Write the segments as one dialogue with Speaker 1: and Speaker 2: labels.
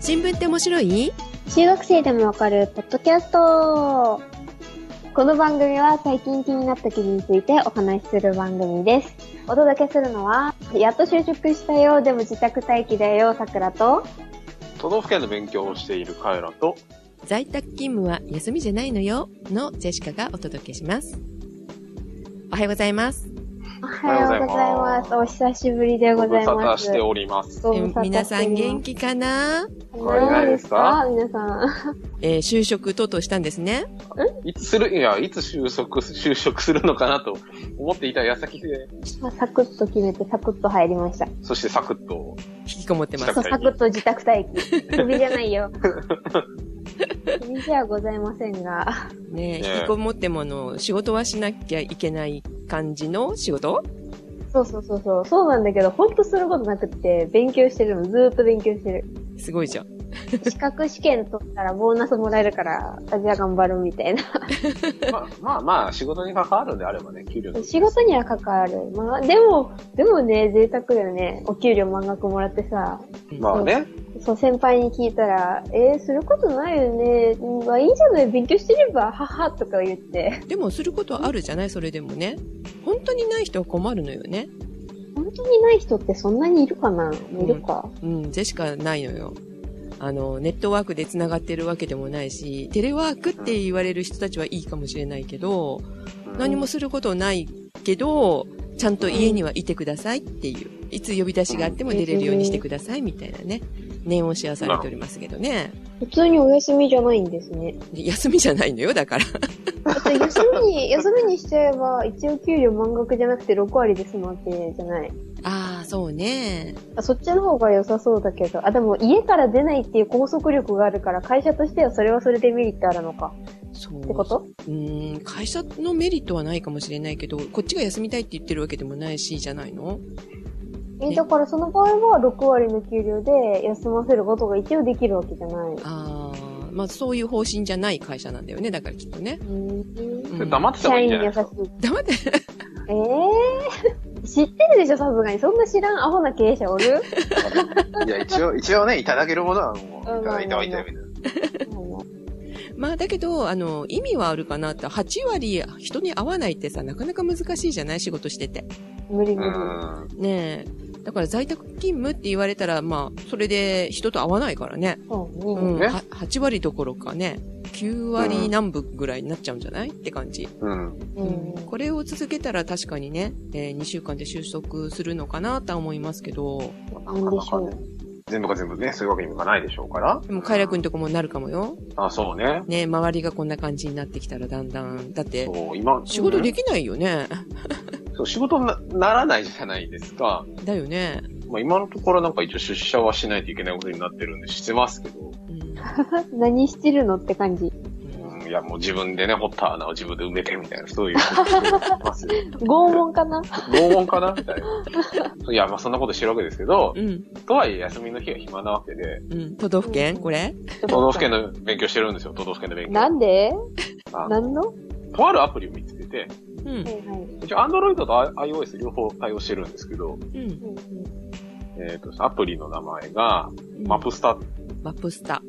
Speaker 1: 新聞って面白い
Speaker 2: 中学生でもわかるポッドキャストこの番組は最近気になった記事についてお話しする番組です。お届けするのは、やっと就職したよ、でも自宅待機だよ、桜と、
Speaker 3: 都道府県の勉強をしているカエラと、
Speaker 1: 在宅勤務は休みじゃないのよのジェシカがお届けします。おはようございます。
Speaker 2: おはようございます。お久しぶりでご
Speaker 3: ご
Speaker 2: ざ
Speaker 3: 無
Speaker 2: い
Speaker 3: 沙
Speaker 2: ま
Speaker 3: 汰
Speaker 2: す。
Speaker 3: しております。
Speaker 2: ご
Speaker 1: え
Speaker 2: 無沙汰しており
Speaker 1: 皆
Speaker 2: ます。
Speaker 1: さん元気かな、
Speaker 2: おはようですか皆さん。
Speaker 1: えー就職等々したんですね。
Speaker 3: いつする、いや、いつ就職、就職するのかなと思っていた矢先で、
Speaker 2: まあ、サクッと決めて、サクッと入りました。
Speaker 3: そしてサクッと、
Speaker 1: 引きこもってま
Speaker 3: 自
Speaker 1: す。
Speaker 2: そう、
Speaker 3: 宅待機
Speaker 2: サクッと自宅待機。クビじゃないよ。クビじゃございませんが。
Speaker 1: ねえ
Speaker 3: ねえ
Speaker 1: 引きこもってもあの、仕事はしなきゃいけない感じの仕事
Speaker 2: そうそうそうそう。そうなんだけど、ほんとすることなくって、勉強してるの。ずーっと勉強してる。
Speaker 1: すごいじゃん。
Speaker 2: 資格試験取ったらボーナスもらえるから、あじゃあ頑張るみたいな。
Speaker 3: まあまあまあ、仕事に関わるんであればね、給料で
Speaker 2: 仕事には関わる。まあ、でも、でもね、贅沢だよね。お給料満額もらってさ。
Speaker 3: まあね、
Speaker 2: そう、先輩に聞いたら、えー、することないよね。うんまあ、いいじゃない。勉強してれば、はは、とか言って。
Speaker 1: でもすることはあるじゃないそれでもね。本当にない人は困るのよね。
Speaker 2: 本当にない人ってそんなにいるかないるか、
Speaker 1: うん、ジェシカないのよ。あの、ネットワークで繋がってるわけでもないし、テレワークって言われる人たちはいいかもしれないけど、
Speaker 3: うん
Speaker 1: 何もすることないけど、ちゃんと家にはいてくださいっていう。いつ呼び出しがあっても出れるようにしてくださいみたいなね。念をしわされておりますけどね。
Speaker 2: 普通にお休みじゃないんですね。
Speaker 1: で休みじゃないのよ、だから。
Speaker 2: だって休みに、休みにしちゃえば、一応給料満額じゃなくて6割で済むわけじゃない。
Speaker 1: ああ、そうね。
Speaker 2: あそっちの方が良さそうだけど。あ、でも家から出ないっていう拘束力があるから、会社としてはそれはそれでメリットあるのか。
Speaker 1: そう。
Speaker 2: ってこと
Speaker 1: うーん、会社のメリットはないかもしれないけど、こっちが休みたいって言ってるわけでもないし、じゃないの
Speaker 2: え、だからその場合は6割の給料で休ませることが一応できるわけじゃない。
Speaker 1: ああ、まあそういう方針じゃない会社なんだよね、だからきっとね。
Speaker 2: うん
Speaker 1: うん
Speaker 3: 黙って
Speaker 2: 社
Speaker 3: た方がいいん
Speaker 2: 員
Speaker 3: じゃ
Speaker 2: 優
Speaker 3: ない
Speaker 2: しい
Speaker 3: ですか。。
Speaker 1: 黙って、
Speaker 2: ええー、 知ってるでしょ、さすがに。そんな知らんアホな経営者おる
Speaker 3: いや、一応、一応ね、いただけるものはもう、いただいておいて、みたいな。
Speaker 1: まあだけど、あの、意味はあるかなって、8割人に会わないってさ、なかなか難しいじゃない仕事してて。
Speaker 2: 無理無理。
Speaker 3: うん。
Speaker 1: ねえ。だから在宅勤務って言われたら、まあ、それで人と会わないからね。
Speaker 2: そう
Speaker 1: う
Speaker 2: ね
Speaker 1: ん。
Speaker 3: ね
Speaker 1: は8割どころかね、9割南部ぐらいになっちゃうんじゃないって感じ。
Speaker 3: うん。
Speaker 2: うん
Speaker 1: これを続けたら確かにね、え2週間で収束するのかなとは思いますけど、
Speaker 2: なんでしょう。
Speaker 3: 全部が全部ね、そういうわけにもいかないでしょうから。
Speaker 1: でも、カイラ君とこもなるかもよ。
Speaker 3: あ、そうね。
Speaker 1: ね、周りがこんな感じになってきたらだんだん、だって、
Speaker 3: そう、今、
Speaker 1: 仕事できないよね。
Speaker 3: そう、仕事になならないじゃないですか。
Speaker 1: だよね。
Speaker 3: まあ今のところなんか一応出社はしないといけないことになってるんでしてますけど、
Speaker 1: うん
Speaker 2: 何してるのって感じ。
Speaker 3: うん、いやもう自分でね、掘った穴を自分で埋めてみたいな、そういうことをしてますよ。
Speaker 2: 拷問かな
Speaker 3: 拷問かなみたいな。いや、まあそんなことしてるわけですけど、
Speaker 1: うん、
Speaker 3: とはいえ休みの日は暇なわけで、
Speaker 1: うん。都道府県これ
Speaker 3: 都道府県の勉強してるんですよ、都道府県の勉強。
Speaker 2: なんで
Speaker 3: あ
Speaker 2: 何のは
Speaker 3: とあるアプリを見つけて、
Speaker 1: うん
Speaker 2: い、はい。
Speaker 3: 一応 Android と iOS 両方対応してるんですけど、
Speaker 1: うん。
Speaker 3: えっ、と、アプリの名前が、マプスタ、うん、
Speaker 1: マップスタ。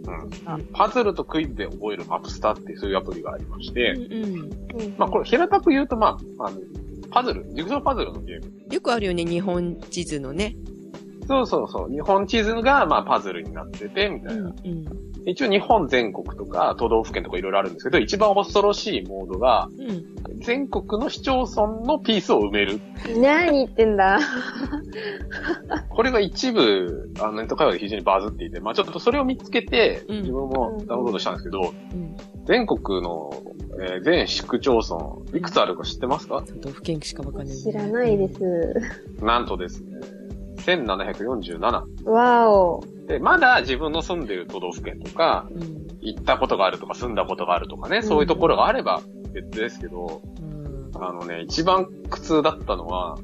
Speaker 3: パズルとクイズで覚えるマプスタっていうそういうアプリがありまして、
Speaker 1: うんうん。
Speaker 3: まあこれ平たく言うと、まあ、あの、パズル、ジグソーパズルのゲーム。
Speaker 1: よくあるよね、日本地図のね。
Speaker 3: そうそうそう。日本地図が、まあ、パズルになってて、みた
Speaker 1: う
Speaker 3: い
Speaker 1: んう
Speaker 3: な。
Speaker 1: ん。
Speaker 3: 一応日本全国とか、都道府県とかいろいろあるんですけど、一番恐ろしいモードが、
Speaker 1: うん。
Speaker 3: 全国の市町村のピースを埋める。
Speaker 2: れ。何言ってんだ
Speaker 3: これが一部、あの、ネット会話で非常にバズっていて、まあちょっとそれを見つけて、
Speaker 1: うん
Speaker 3: 自分もダウンロードしたんですけど、
Speaker 1: うん。
Speaker 3: 全国の、えー全市区町村、いくつあるか知ってますか
Speaker 1: 都道府県しかわかんない。
Speaker 2: 知らないで。す。
Speaker 3: なんとですね、1747。
Speaker 2: わお。
Speaker 3: で、まだ自分の住んでる都道府県とか、
Speaker 1: うん。
Speaker 3: 行ったことがあるとか住んだことがあるとかね、そういうところがあれば別ですけど、
Speaker 1: うん
Speaker 3: あのね、一番苦痛だったのは、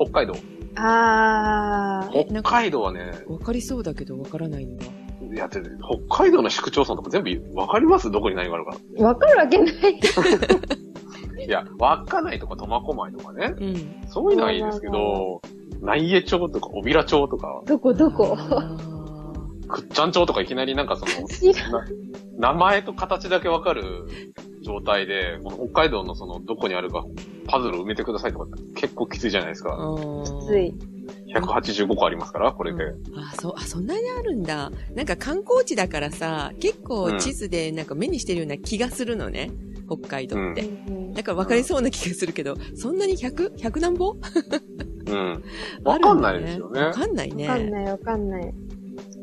Speaker 3: 北海道。
Speaker 2: あー。
Speaker 1: えな
Speaker 3: 北
Speaker 1: んか
Speaker 3: 海道はね、
Speaker 1: わかりそうだけどわからないんだ。
Speaker 3: いやってて、北海道の市区町村とか全部わかりますどこに何があるか。
Speaker 2: わかるわけ ない。
Speaker 3: いや、稚内とか苫小牧とかね、
Speaker 1: うん。
Speaker 3: そういうのはいいですけど、内江町とか小平町とか、
Speaker 2: どこどこ
Speaker 1: あー
Speaker 3: くっちゃんちょうとかいきなりなんかそ の、
Speaker 2: 知ら
Speaker 3: な名前と形だけわかる状態で、この北海道のその、どこにあるか、パズルを埋めてくださいとかって結構きついじゃないですか。
Speaker 1: き
Speaker 2: つい。。
Speaker 3: 185個ありますから、これで。
Speaker 1: あ、そう、あ、そんなにあるんだ。なんか観光地だからさ、結構地図でなんか目にしてるような気がするのね。北海道って。なんか分かりそうな気がするけど、そんなに 100? 100何本
Speaker 3: うん。
Speaker 1: あ
Speaker 3: わ
Speaker 1: る
Speaker 3: か
Speaker 1: ん
Speaker 3: ん
Speaker 1: だ
Speaker 3: な
Speaker 1: ね
Speaker 3: いですよ
Speaker 1: わ
Speaker 3: ね。
Speaker 1: かんない
Speaker 2: わかん
Speaker 1: ね。
Speaker 2: ないわかんない。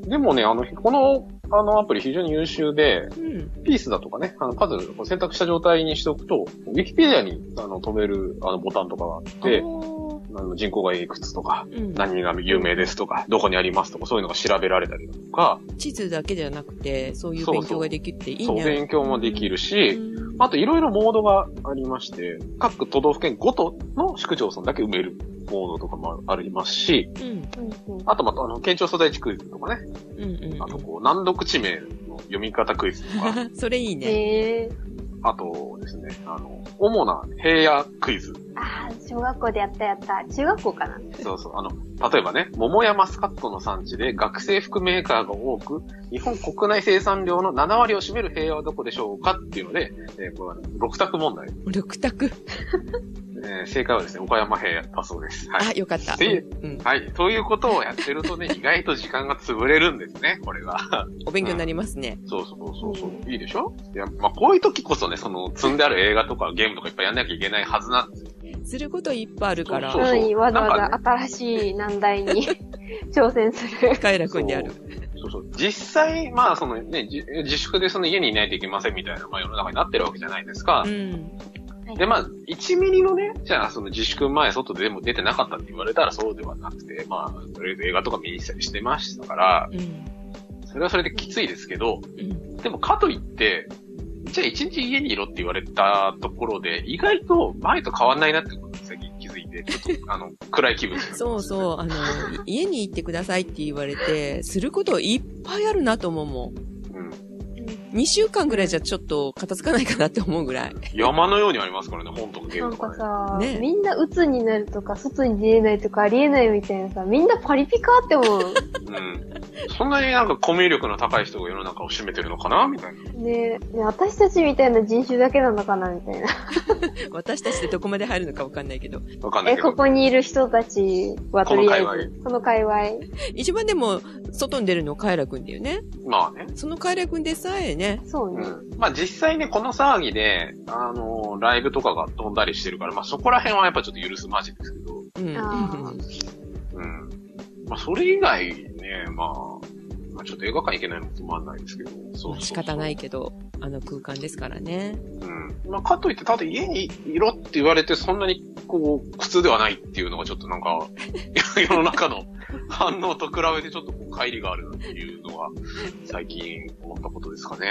Speaker 3: でもね、あの、この、あのアプリ非常に優秀で、
Speaker 1: うん。
Speaker 3: ピースだとかね、あの、パズルを選択した状態にしておくと、ウィキペディアに、あの、飛べる、あの、ボタンとかがあって、
Speaker 1: おー
Speaker 3: あの人口がいくつとか、
Speaker 1: うん、
Speaker 3: 何が有名ですとか、どこにありますとか、そういうのが調べられたりだとか、
Speaker 1: 地図だけじゃなくて、そういう
Speaker 3: そうそう
Speaker 1: 勉強ができるっていい
Speaker 3: そう、
Speaker 1: ね。
Speaker 3: 勉強もできる
Speaker 1: う
Speaker 3: し、
Speaker 1: ん
Speaker 3: あといろいろモードがありまして、各都道府県ごとの市区町村だけ埋めるモードとかもありますし、
Speaker 1: うん。
Speaker 2: うんうん
Speaker 3: あとまた、あの、県庁所在地クイズとかね、
Speaker 1: うん。うん
Speaker 3: あとこう、難読地名の読み方クイズと か、
Speaker 1: それいいね。
Speaker 2: へえ。
Speaker 3: あとですね、あの、主な平野クイズ。
Speaker 2: ああ、小学校でやったやった。中学校かな。
Speaker 3: そうそう。あの、例えばね、桃やマスカットの産地で学生服メーカーが多く、日本国内生産量の7割を占める平野はどこでしょうかっていうので、えーこれは、ね、6択問題。
Speaker 1: 緑卓。
Speaker 3: えー正解はですね、岡山平野だそうです。は
Speaker 1: あ、
Speaker 3: い。
Speaker 1: よかった。
Speaker 3: で
Speaker 1: うん。うん
Speaker 3: はい。ということをやってる とね、意外と時間が潰れるんですね、これが。
Speaker 1: お勉強になりますね。
Speaker 3: そうそうそうそう。いいでしょいや、まあ、こういう時こそね、その、積んである映画とかゲームとかいっぱいやんなきゃいけないはずなんですよ。
Speaker 1: することいっぱいあるから、
Speaker 3: そうそう
Speaker 2: うんわざわ
Speaker 3: な
Speaker 2: ざ新しい難題に 挑戦する。
Speaker 1: 快楽である。
Speaker 3: そうそう。実際、まあ、そのね、じ自粛でその家にいないといけませんみたいな、まあ、世の中になってるわけじゃないですか
Speaker 1: う。ん。
Speaker 3: で、まあ、1ミリのね、じゃあ、その自粛前、外でも出てなかったって言われたらそうではなくて、まあ、とりあえず映画とか見にしたりしてましたから、
Speaker 1: うん。
Speaker 3: それはそれできついですけど、
Speaker 1: うん。
Speaker 3: でも、かといって、じゃあ1日家にいろって言われたところで、意外と前と変わんないなってことに最近気づいて、ちょっと、あの、 暗い気分になります
Speaker 1: そうそう、あの、い家に行ってくださいって言われて、することいっぱいあるなと思うもん。
Speaker 3: うん。
Speaker 1: 2週間ぐらいじゃちょっと片付かないかなって思うぐらい。
Speaker 3: 山のようにありますからね、本とかゲー
Speaker 2: な
Speaker 3: ム
Speaker 2: ん
Speaker 3: とか
Speaker 2: か
Speaker 3: ね。
Speaker 2: さ、
Speaker 1: ね
Speaker 2: みんな鬱になるとか、外に出れないとかありえないみたいなさ、みんなパリピかって思う。
Speaker 3: うん。そんなになんかコミュ力の高い人が世の中を占めてるのかなみたいな。
Speaker 2: ね ね私たちみたいな人種だけなのかなみたいな。
Speaker 1: 私たちでどこまで入るのかわかんないけど。
Speaker 3: わかんない
Speaker 2: え、
Speaker 3: けど。
Speaker 2: ここにいる人たちはとりあえず、この界隈。
Speaker 1: 一番でも、外に出るの快楽んだよね。
Speaker 3: まあね。
Speaker 1: その快楽んでさえね。
Speaker 2: そうね。
Speaker 3: うん。まあ実際ね、この騒ぎで、あのーライブとかが飛んだりしてるから、まあそこら辺はやっぱちょっと許すまじですけど、
Speaker 1: うん。
Speaker 2: あ
Speaker 3: うん。まあそれ以外ね、まあ、まあちょっと映画館行けないのもつまんないですけど、そうそうそう
Speaker 1: 仕方ない。けど、あの空間ですからね。
Speaker 3: うん。まあかといって、ただ家にいろって言われてそんなにこう、苦痛ではないっていうのがちょっとなんか、 世の中の反応と比べてちょっとこう、乖離があるなっていうのは、最近思ったことですかね。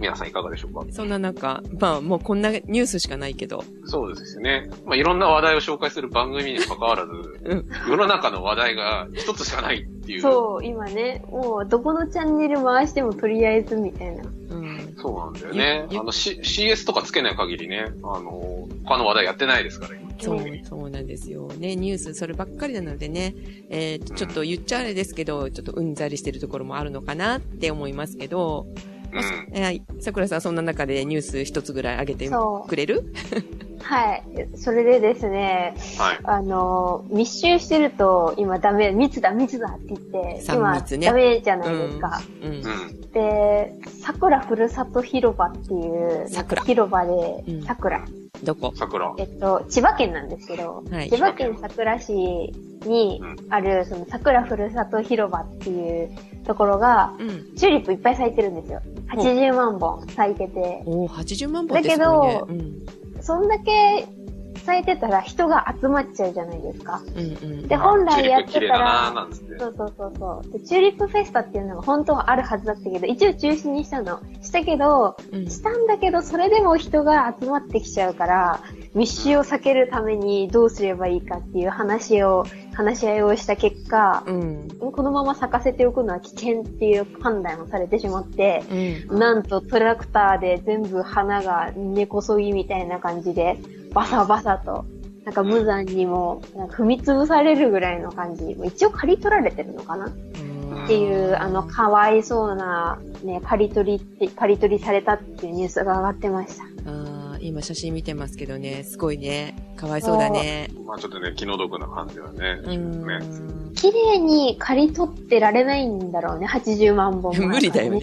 Speaker 3: 皆さんいかがでしょうか
Speaker 1: そんな中、まあもうこんなニュースしかないけど、
Speaker 3: そうですよね。まあ、いろんな話題を紹介する番組にも関わらず、
Speaker 1: うん
Speaker 3: 世の中の話題が一つしかないっていう。
Speaker 2: そう、今ね、もうどこのチャンネル回してもとりあえずみたいな。
Speaker 1: うん。
Speaker 3: そうなんだよね。
Speaker 1: ゆゆ
Speaker 3: あの、C、CS とかつけない限りね、あの、他の話題やってないですから、今。
Speaker 1: そう
Speaker 2: う、
Speaker 1: そうなんですよ。ね、ニュースそればっかりなのでね、えーちょっと言っちゃあれですけど、ちょっとうんざりしてるところもあるのかなって思いますけど、もし
Speaker 3: う
Speaker 1: えー桜さんそんな中でニュース一つぐらい上げて
Speaker 2: そ
Speaker 1: くれる
Speaker 2: う。はい。それでですね、
Speaker 3: ん。はい。
Speaker 2: あの、密集してると、今ダメ、密だ、密だって言って、
Speaker 1: 三
Speaker 2: 今、
Speaker 1: 密ね
Speaker 2: ダメじゃないですか。
Speaker 1: うん
Speaker 3: う。ん。
Speaker 2: で、桜ふるさと広場っていう、
Speaker 1: 桜
Speaker 2: 広場
Speaker 1: う
Speaker 2: で
Speaker 1: ん、
Speaker 2: 桜、
Speaker 1: どこ
Speaker 3: 桜。
Speaker 2: えっと、千葉県なんですけど、
Speaker 1: はい
Speaker 2: 千葉県佐倉市にある、その桜ふるさと広場っていうところが、
Speaker 1: うん。
Speaker 2: チューリップいっぱい咲いてるんですよ。80万本咲いてて、
Speaker 1: おー80万本ってすごいね。
Speaker 2: だけど
Speaker 1: うん。
Speaker 2: そんだけ咲いてたら人が集まっちゃうじゃないですか。
Speaker 1: うんうん。
Speaker 2: で、本来やって
Speaker 3: チュ
Speaker 2: た
Speaker 3: ーリップ綺麗だな
Speaker 2: ら、
Speaker 3: ーなんつって。
Speaker 2: そうそうそうそう。で、チューリップフェスタっていうのが本当はあるはずだったけど、一応中止にしたの。したけど、
Speaker 1: うん
Speaker 2: したんだけど、それでも人が集まってきちゃうから、密集を避けるためにどうすればいいかっていう話を、話し合いをした結果、
Speaker 1: うん。
Speaker 2: このまま咲かせておくのは危険っていう判断をされてしまって、
Speaker 1: うん。
Speaker 2: なんとトラクターで全部花が根こそぎみたいな感じで、バサバサと、なんか無残にも、なんか踏み潰されるぐらいの感じ。一応刈り取られてるのかな
Speaker 1: うん
Speaker 2: っていう、あの、かわいそうな、ね、刈り取りって、刈り取りされたっていうニュースが上がってました。
Speaker 1: あー今写真見てますけどね、すごいね。かわいそうだね。
Speaker 3: まあちょっとね、気の毒な感じはね。
Speaker 1: う
Speaker 3: ね
Speaker 1: ん。
Speaker 2: 綺麗に刈り取ってられないんだろうね、80万本もあるから、
Speaker 1: 無理だよね。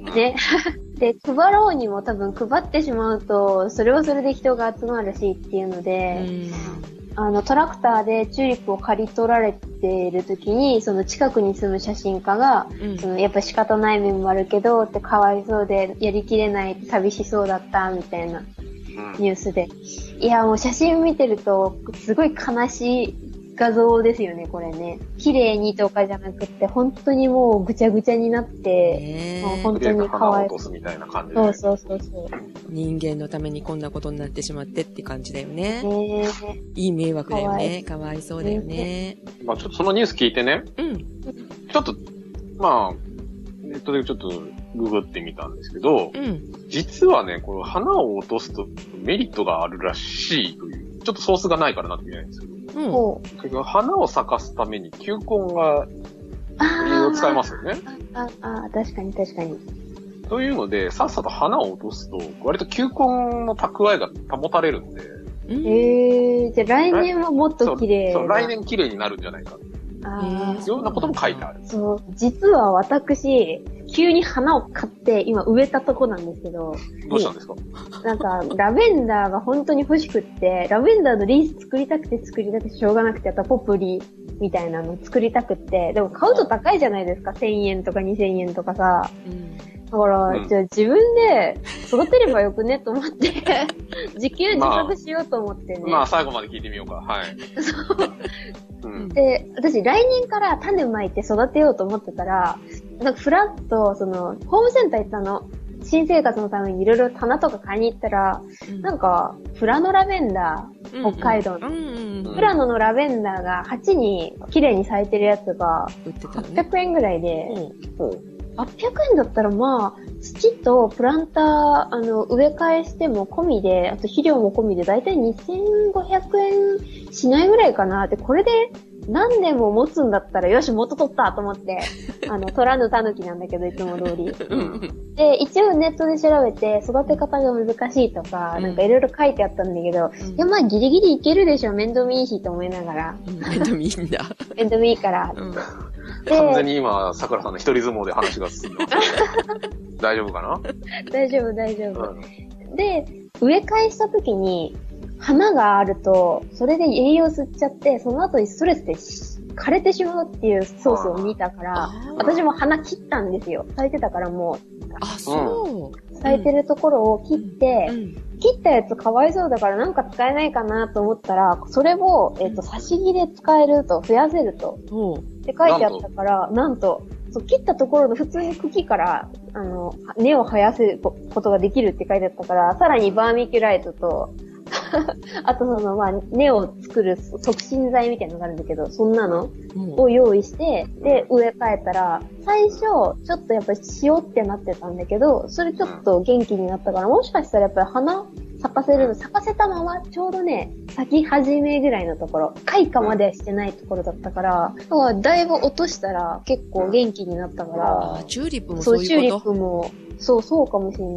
Speaker 3: うん
Speaker 2: ね。 で、配ろうにも多分配ってしまうと、それはそれで人が集まるしっていうの
Speaker 1: う
Speaker 2: で、
Speaker 1: ん。
Speaker 2: あの、トラクターでチューリップを刈り取られている時に、その近くに住む写真家が、
Speaker 1: うん
Speaker 2: そのやっぱ仕方ない面もあるけど、ってかわいそうで、やりきれない、寂しそうだった、みたいな
Speaker 3: うん
Speaker 2: ニュースで。いや、もう写真見てると、すごい悲しい画像ですよね、これね。綺麗にとかじゃなくって、本当にもうぐちゃぐちゃになって、
Speaker 1: ね
Speaker 2: もう
Speaker 1: え
Speaker 2: 本
Speaker 3: 綺麗
Speaker 2: 当
Speaker 3: な
Speaker 2: にか
Speaker 3: 花を
Speaker 2: わい
Speaker 3: 落とすみたいな感じで。
Speaker 2: そうそうそうそう。
Speaker 1: 人間のためにこんなことになってしまってって感じだよね。
Speaker 2: ね
Speaker 1: いい迷惑だよね。かわいそうだよね。
Speaker 3: まあちょっとそのニュース聞いてね、
Speaker 1: うん。
Speaker 3: ちょっと、まあ、ネットでちょっとググってみたんですけど、
Speaker 1: うん。
Speaker 3: 実はね、この花を落とすとメリットがあるらしいという、ちょっとソースがないからなって言えないんですけど、
Speaker 1: うん。
Speaker 2: こう。
Speaker 3: 結局花を咲かすために球根が理由
Speaker 2: あ。
Speaker 3: を使いますすよね。
Speaker 2: ああ、確かに確かに。
Speaker 3: というので、さっさと花を落とすと、割と球根の蓄えが保たれるので、
Speaker 1: うん
Speaker 2: ええー、じゃあ来年はもっ
Speaker 3: そ
Speaker 2: と
Speaker 3: う
Speaker 2: 綺麗な。
Speaker 3: そう来年綺麗になるんじゃないかって
Speaker 2: あ
Speaker 1: え
Speaker 2: ー
Speaker 3: いろんなことも書いてある。
Speaker 2: そう、実は私、急に花を買って、今植えたとこなんですけど、
Speaker 3: どうしたんですか
Speaker 2: なんか、ラベンダーが本当に欲しくって、ラベンダーのリース作りたくて作りたくてしょうがなくて、あとはポプリみたいなの作りたくって、でも買うと高いじゃないですか、1000円とか2000円とかさ。
Speaker 1: うん
Speaker 2: だから、
Speaker 3: うん
Speaker 2: じゃあ自分で育てればよくねと思って、 自給自足しようと思ってね。
Speaker 3: まあ、最後まで聞いてみようか。はい。うん。
Speaker 2: で、私来年から種まいて育てようと思ってたら、なんかふらっと、その、ホームセンター行ったの。新生活のためにいろいろ棚とか買いに行ったら、なんか、フラノラベンダー、
Speaker 1: うん
Speaker 2: 北海道の
Speaker 1: うんうんうん
Speaker 2: フラノのラベンダーが鉢に綺麗に咲いてるやつが
Speaker 1: 売ってたのね。
Speaker 2: 800円ぐらいで、
Speaker 3: ほう
Speaker 2: 800円だったらまあ、土とプランター、あの、植え替えしても込みで、あと肥料も込みで、だいたい2500円しないぐらいかなって、これで何年も持つんだったら、よし、元取ったと思って、あの、取らぬ狸なんだけど、いつも通り。
Speaker 1: うんうん
Speaker 2: で、一応ネットで調べて、育て方が難しいとか、
Speaker 1: うん
Speaker 2: なんかいろいろ書いてあったんだけど、いや、まあ、ギリギリいけるでしょ、面倒見いいしと思いながら、
Speaker 1: うん。面倒見いいんだ。
Speaker 2: 面倒見いいから。
Speaker 1: うん
Speaker 3: 完
Speaker 2: で
Speaker 3: 全、に今、桜さんの一人相撲で話が進んでます。 大丈夫か
Speaker 2: 大丈夫、大丈
Speaker 3: な
Speaker 2: 夫。
Speaker 3: うん。
Speaker 2: で、植え替えした時に、花があると、それで栄養吸っちゃって、その後にストレスでし枯れてしまうっていうソースを見たから、
Speaker 1: あー
Speaker 2: 私も花切ったんですよ。咲いてたからも、
Speaker 1: あ、そう
Speaker 2: 咲いてるところを切って、
Speaker 1: う。うん。
Speaker 2: 切ったやつかわいそうだからなんか使えないかなと思ったら、それを、えっ、と、差し切れ使えると、増やせると、
Speaker 1: ほう。
Speaker 2: って書いてあったから、なんと、そう切ったところの普通に茎から、あの、根を生やすことができるって書いてあったから、さらにバーミキュライトと、 あとその、まあ、根を作る促進剤みたいなのがあるんだけど、そんなの
Speaker 1: も
Speaker 2: を用意して、で、植え替えたら、最初、ちょっとやっぱり塩ってなってたんだけど、それちょっと元気になったから、もしかしたらやっぱり花咲かせるの、咲かせたまま、ちょうどね、咲き始めぐらいのところ、開花まではしてないところだったから、だからだいぶ落としたら結構元気になったか
Speaker 1: う。あ
Speaker 2: ら、
Speaker 1: チューリップも
Speaker 2: そ、
Speaker 1: そう
Speaker 2: チュー
Speaker 1: うい
Speaker 2: リ
Speaker 1: う
Speaker 2: ッ
Speaker 1: こ
Speaker 2: プも、そう、そうかもしれない。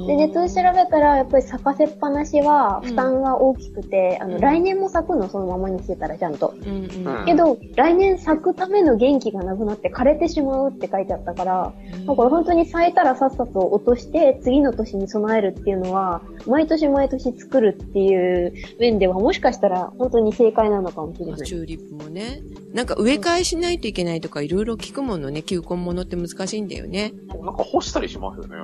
Speaker 1: と。
Speaker 2: で、ネットで調べたら、やっぱり咲かせっぱなしは、負担が大きくて、あ
Speaker 1: う
Speaker 2: の、
Speaker 1: ん
Speaker 2: 来年も咲くの、そのままにしてたら、ちゃんと。
Speaker 1: べ。うんうん。
Speaker 3: うん
Speaker 2: けど、来年咲くための元気がなくなって枯れてしまうって書いてあったから、だから本当に咲いたらさっさと落として、次の年に備えるっていうのは、毎年毎年作るっていう面では、もしかしたら本当に正解なのかもしれ
Speaker 1: あ
Speaker 2: ない。
Speaker 1: チューリップもね。なんか植え替えしないといけないとかいろいろ聞くものね、球根ものって難しいんだよね。
Speaker 3: なんか干したりしますよね。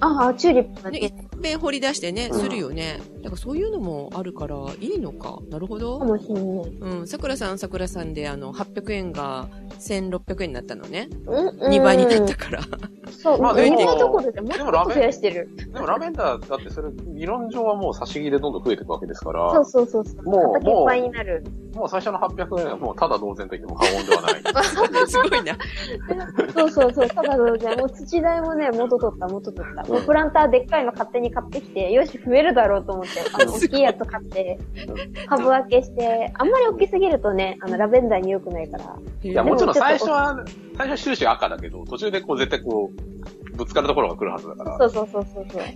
Speaker 2: ああ、チューリップだ
Speaker 1: ね、
Speaker 2: ね
Speaker 1: いっ。ぺん掘り出してね、
Speaker 3: うん
Speaker 1: するよね。だからそういうのもあるからいいのか。なるほ
Speaker 2: か
Speaker 1: ど。
Speaker 2: もしれない。
Speaker 1: うん、桜さん桜さんであの、800円が1600円になったのね。
Speaker 2: うん、うん。
Speaker 1: 2倍になった。 から。
Speaker 2: そう、
Speaker 3: ま
Speaker 1: あで
Speaker 2: 2
Speaker 1: も
Speaker 2: 倍どころでもっ
Speaker 3: でもラ
Speaker 2: と
Speaker 3: ベン
Speaker 2: 増やしてる。
Speaker 3: でもラベンダーだってそれ、理論上はもう差し切りでどんどん増えていくわけですか
Speaker 2: そ
Speaker 3: ら
Speaker 2: う、そうそうそう。
Speaker 3: もう
Speaker 2: 畑いっぱいになる。
Speaker 3: もう最初の800円はもうただ同然と言っても過言ではない。
Speaker 1: すごいな。
Speaker 2: そうそうそう、ただのじゃもう土代もね、元取った、元取った。
Speaker 3: うん
Speaker 2: もうプランターでっかいの勝手に買ってきて、よし、増えるだろうと思って、あの、
Speaker 1: すごい
Speaker 2: 大きいやつ買って、株分けして、あんまり大きすぎるとね、あの、ラベンダーに良くないから。
Speaker 1: い
Speaker 3: いや、もちろん最初は、最初終始赤だけど、途中でこう絶対こう、ぶつかるところが来るはずだから。
Speaker 2: そうそうそうそうそう。増や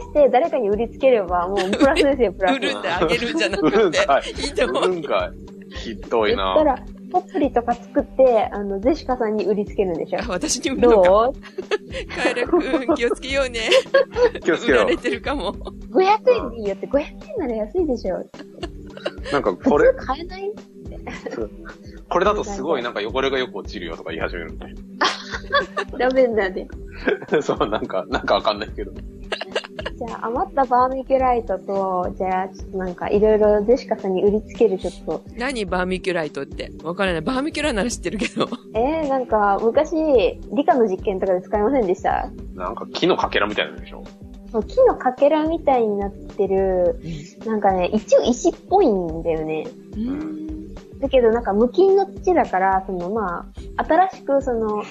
Speaker 2: して誰かに売りつければ、もうプラスですよ、プラス。
Speaker 1: 売るんであげるんじゃな
Speaker 3: うる
Speaker 1: く
Speaker 3: んかい。
Speaker 1: て、い いうと思
Speaker 3: る。
Speaker 1: うん
Speaker 3: かい。ひどい
Speaker 2: 言った
Speaker 3: な
Speaker 2: ら、ポプリとか作って、あの、ゼシカさんに売りつけるんでしょ
Speaker 1: あ。私に売るのか。
Speaker 2: どう
Speaker 1: カエル君、気をつけよう ね。
Speaker 3: 気をつけよ
Speaker 1: 売られてるかも。
Speaker 2: ?500 円でいいよって、500円なら安いでしょ。
Speaker 3: う。なんか
Speaker 2: 普
Speaker 3: これ、
Speaker 2: 通買えない
Speaker 3: これだとす ごいなんか汚れがよく落ちるよとか言い始めるんで。
Speaker 2: ラベンダーで。
Speaker 3: そう、なん か、なんかわかんないけど。
Speaker 2: じゃあ、余ったバーミキュライトと、じゃあ、ちょっとなんか、いろいろゼシカさんに売りつける、ちょっと。
Speaker 1: 何バーミキュライトって。わからない。バーミキュラなら知ってるけど。
Speaker 2: えー、なんか、昔、理科の実験とかで使いませんでした
Speaker 3: なんか木のかけらみたいなのでしょ。
Speaker 2: そう木のかけらみたいになってる、なんかね、一応石っぽいんだよね。
Speaker 1: うん。
Speaker 2: だけどなんか無菌の土だから、そのまあ、新しくその、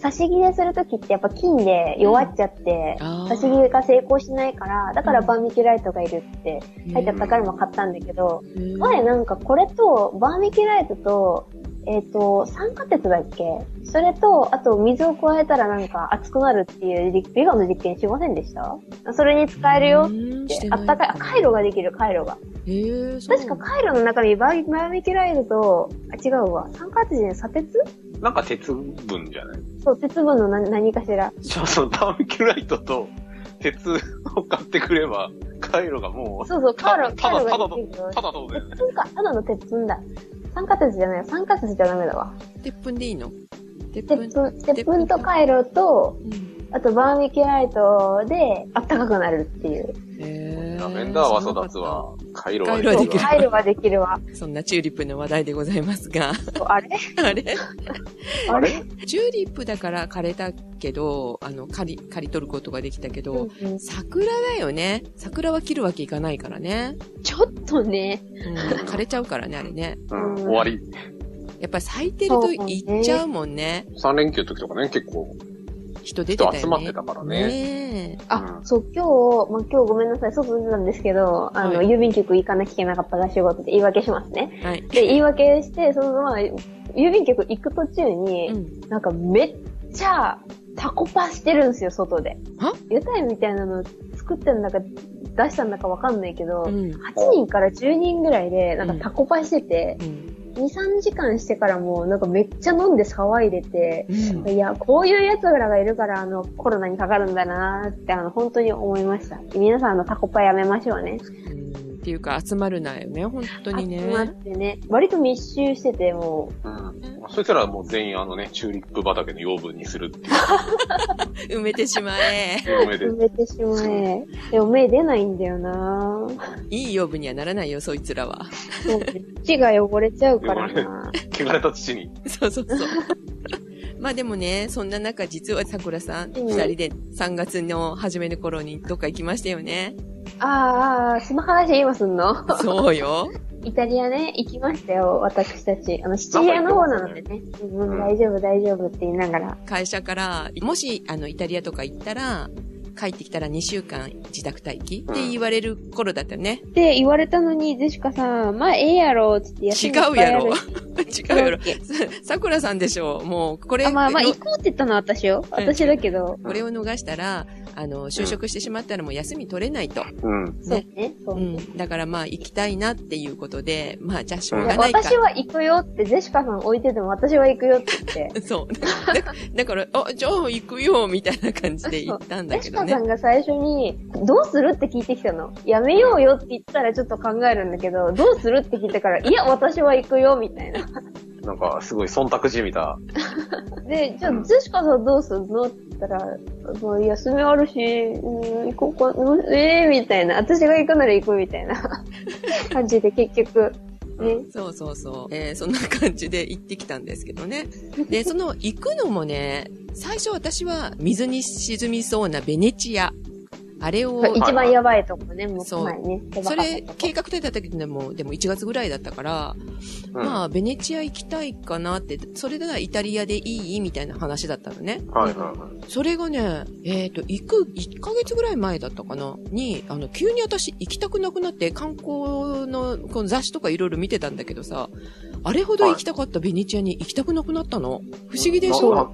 Speaker 2: 差し切れするときってやっぱ金で弱っちゃって、
Speaker 1: あー
Speaker 2: 差し切れが成功しないから、だからバーミキュライトがいるって書いてあったからも買ったんだけど、
Speaker 1: うん
Speaker 2: 前なんかこれと、バーミキュライトと、えっ、と、酸化鉄だっけそれと、あと水を加えたらなんか熱くなるっていう理理論の実験しませんでしたそれに使えるよ
Speaker 1: う
Speaker 2: っ
Speaker 1: ーんしてて、
Speaker 2: あ
Speaker 1: な
Speaker 2: ったかい、あ、回路ができる、回路が。
Speaker 1: へーそう
Speaker 2: 確か回路の中身、バーバーミキュライトと、あ、違うわ。酸化鉄じゃない、砂鉄
Speaker 3: なんか鉄分じゃない
Speaker 2: そう、鉄分の何何かしら。
Speaker 3: じゃあそのバーミキュライトと鉄を買ってくれば、回路がもう、
Speaker 2: そうそう、
Speaker 3: た
Speaker 2: 回
Speaker 3: だ
Speaker 2: 路、
Speaker 3: た
Speaker 2: 回
Speaker 3: だ
Speaker 2: 路ができるよ。
Speaker 3: ただどうだよね。
Speaker 2: 鉄分か、ただの鉄分だ。酸化鉄じゃない、酸化鉄じゃダメだわ。
Speaker 1: 鉄粉でいいの鉄粉。
Speaker 2: 鉄分、鉄分と回路と、
Speaker 1: うん
Speaker 2: あとバーミキュライトで、あったかくなるっていう。
Speaker 1: へー
Speaker 3: ラベンダーは育つわ。回路は
Speaker 1: 回路は
Speaker 2: そ
Speaker 1: で
Speaker 2: う、
Speaker 1: きる
Speaker 2: 回路ができるわ。
Speaker 1: そんなチューリップの話題でございますが、
Speaker 2: そうあれ
Speaker 1: あれ
Speaker 2: あ
Speaker 3: あ
Speaker 2: れ
Speaker 3: れ
Speaker 1: チューリップだから枯れたけど、あの、刈り、刈り取ることができたけど、
Speaker 2: うんうん
Speaker 1: 桜だよね。桜は切るわけいかないからね。
Speaker 2: ちょっとね
Speaker 1: う、ん、枯れちゃうからね、あれね。
Speaker 3: うん、終わり。
Speaker 1: やっぱり咲いてるといっちゃうもんね。
Speaker 3: 3連休の時とかね、結構
Speaker 1: 人出てたよ
Speaker 3: 人
Speaker 1: ね。
Speaker 3: 集まってたからね。
Speaker 1: ね
Speaker 2: あ、
Speaker 3: うん
Speaker 2: そう、今日、まあ、今日ごめんなさい、外出たんですけど、あの、
Speaker 1: はい
Speaker 2: 郵便局行かなきゃいけなかったら仕事で言い訳しますね。
Speaker 1: え。はい。
Speaker 2: で、言い訳して、そのまま、郵便局行く途中に、
Speaker 1: うん。
Speaker 2: なんかめっちゃタコパしてるんですよ、外で
Speaker 1: は。
Speaker 2: 屋台みたいなの作ってるんだか、出したんだかわかんないけど、
Speaker 1: うん。
Speaker 2: 8人から10人ぐらいで、なんかタコパしてて、
Speaker 1: うん。
Speaker 2: 2、3時間してからもうなんかめっちゃ飲んで騒いでて、
Speaker 1: うん
Speaker 2: いや、こういう奴らがいるから、あの、コロナにかかるんだなーって、あの、本当に思いました。皆さん、あの、タコパやめましょうね。
Speaker 1: うんっていうか、集まるなよね、本当にね
Speaker 2: 集。まってね。割と密集してて、も
Speaker 3: うん。そしたらもう全員あのね、チューリップ畑の養分にするってい
Speaker 1: 埋めてしまえ。
Speaker 3: う夢
Speaker 2: う、
Speaker 3: で
Speaker 2: 埋。めてしまえ。でも、目出ないんだよなー
Speaker 1: いい養分にはならないよ、そいつらは。
Speaker 2: そう血が汚れちゃうからな
Speaker 3: 汚れた土に。
Speaker 1: そうそうそう。 まあでもね、そんな中、実は桜さん、
Speaker 2: うん
Speaker 1: 二人で3月の初めの頃にどっか行きましたよね。
Speaker 2: あーあー、その話今すんの
Speaker 1: そうよ。
Speaker 2: イタリアね、行きましたよ、私たち。あの、シチリアの方なのでね。うん、うん大丈夫、大丈夫って言いながら。
Speaker 1: 会社から、もし、あの、イタリアとか行ったら、帰ってきたら2週間自宅待機って言われる頃だったよね。
Speaker 2: って言われたのに、ゼシカさん、まあ、ええやろ、つって休みいっぱいある
Speaker 1: 違うやろ違うやろ
Speaker 2: そうだっけ。
Speaker 1: 桜 さんでしょう。もう、これ、
Speaker 2: あ、まあまあ、
Speaker 1: の
Speaker 2: 行こうって言ったのは私よ。
Speaker 1: うん
Speaker 2: 私だけど。
Speaker 1: これを逃したら、あの、就職してしまったらもう休み取れないと。
Speaker 3: うん。
Speaker 2: そうね。そう
Speaker 1: う
Speaker 2: ね。
Speaker 1: ん。だからまあ行きたいなっていうことで、まあじゃあしょう
Speaker 2: いや
Speaker 1: がないか。
Speaker 2: 私は行くよって、ジェシカさん置いてても私は行くよって言って。
Speaker 1: そう。 だだから、あ、じゃあ行くよ、みたいな感じで行ったん
Speaker 2: ジ
Speaker 1: だ
Speaker 2: ェ
Speaker 1: け
Speaker 2: シ
Speaker 1: ど
Speaker 2: カ
Speaker 1: ね
Speaker 2: さ。んが最初に、どうするって聞いてきたの。やめようよって言ったらちょっと考えるんだけど、どうするって聞いたから、いや、私は行くよ、みたいな。
Speaker 3: なんかすごい忖度じみた。
Speaker 2: で、じゃあ、ジェシカさんどうするのって言ったら、もう休みあるし、うん、行こうか、ええー、みたいな。私が行くなら行く、み たいな感じで結局、ね。
Speaker 1: そうそうそう。えーそんな感じで行ってきたんですけどね。 で、その行くのもね、最初私は水に沈みそうなベネチア。あれを、
Speaker 2: 一番やばいとこね、もう
Speaker 1: そう
Speaker 2: 前ね。手
Speaker 1: そ
Speaker 2: ばかった
Speaker 1: れ
Speaker 2: とこ
Speaker 1: 計画立てた時でも、でも1月ぐらいだったから、まあ、ベネチア行きたいかなって、それならイタリアでいいみたいな話だったのね。
Speaker 3: はいはいはい。
Speaker 1: それがね、えっ、と、行く1ヶ月ぐらい前だったかなに、あの、急に私行きたくなくなって、観光のこの雑誌とかいろいろ見てたんだけどさ、あれほど行きたかったベネチアに行きたくなくなったの。不思議でしょ、
Speaker 3: な。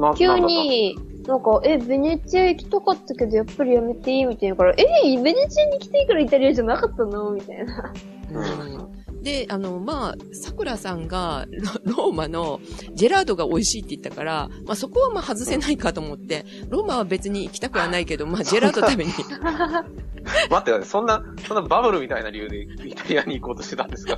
Speaker 3: なな
Speaker 2: 急に、なんか、え、ベネチア行きたかったけど、やっぱりやめていいみたいなから、え、ベネチアに来ていいからイタリアじゃなかったのみたいな。
Speaker 3: う
Speaker 1: うんで、あの、まあ、桜さんが ロローマのジェラードが美味しいって言ったから、まあそこはまあ外せないかと思って、ローマは別に行きたくはないけど、まあジェラード食べに。
Speaker 3: 待ってください、そんな、そんなバブルみたいな理由でイタリアに行こうとしてたんですか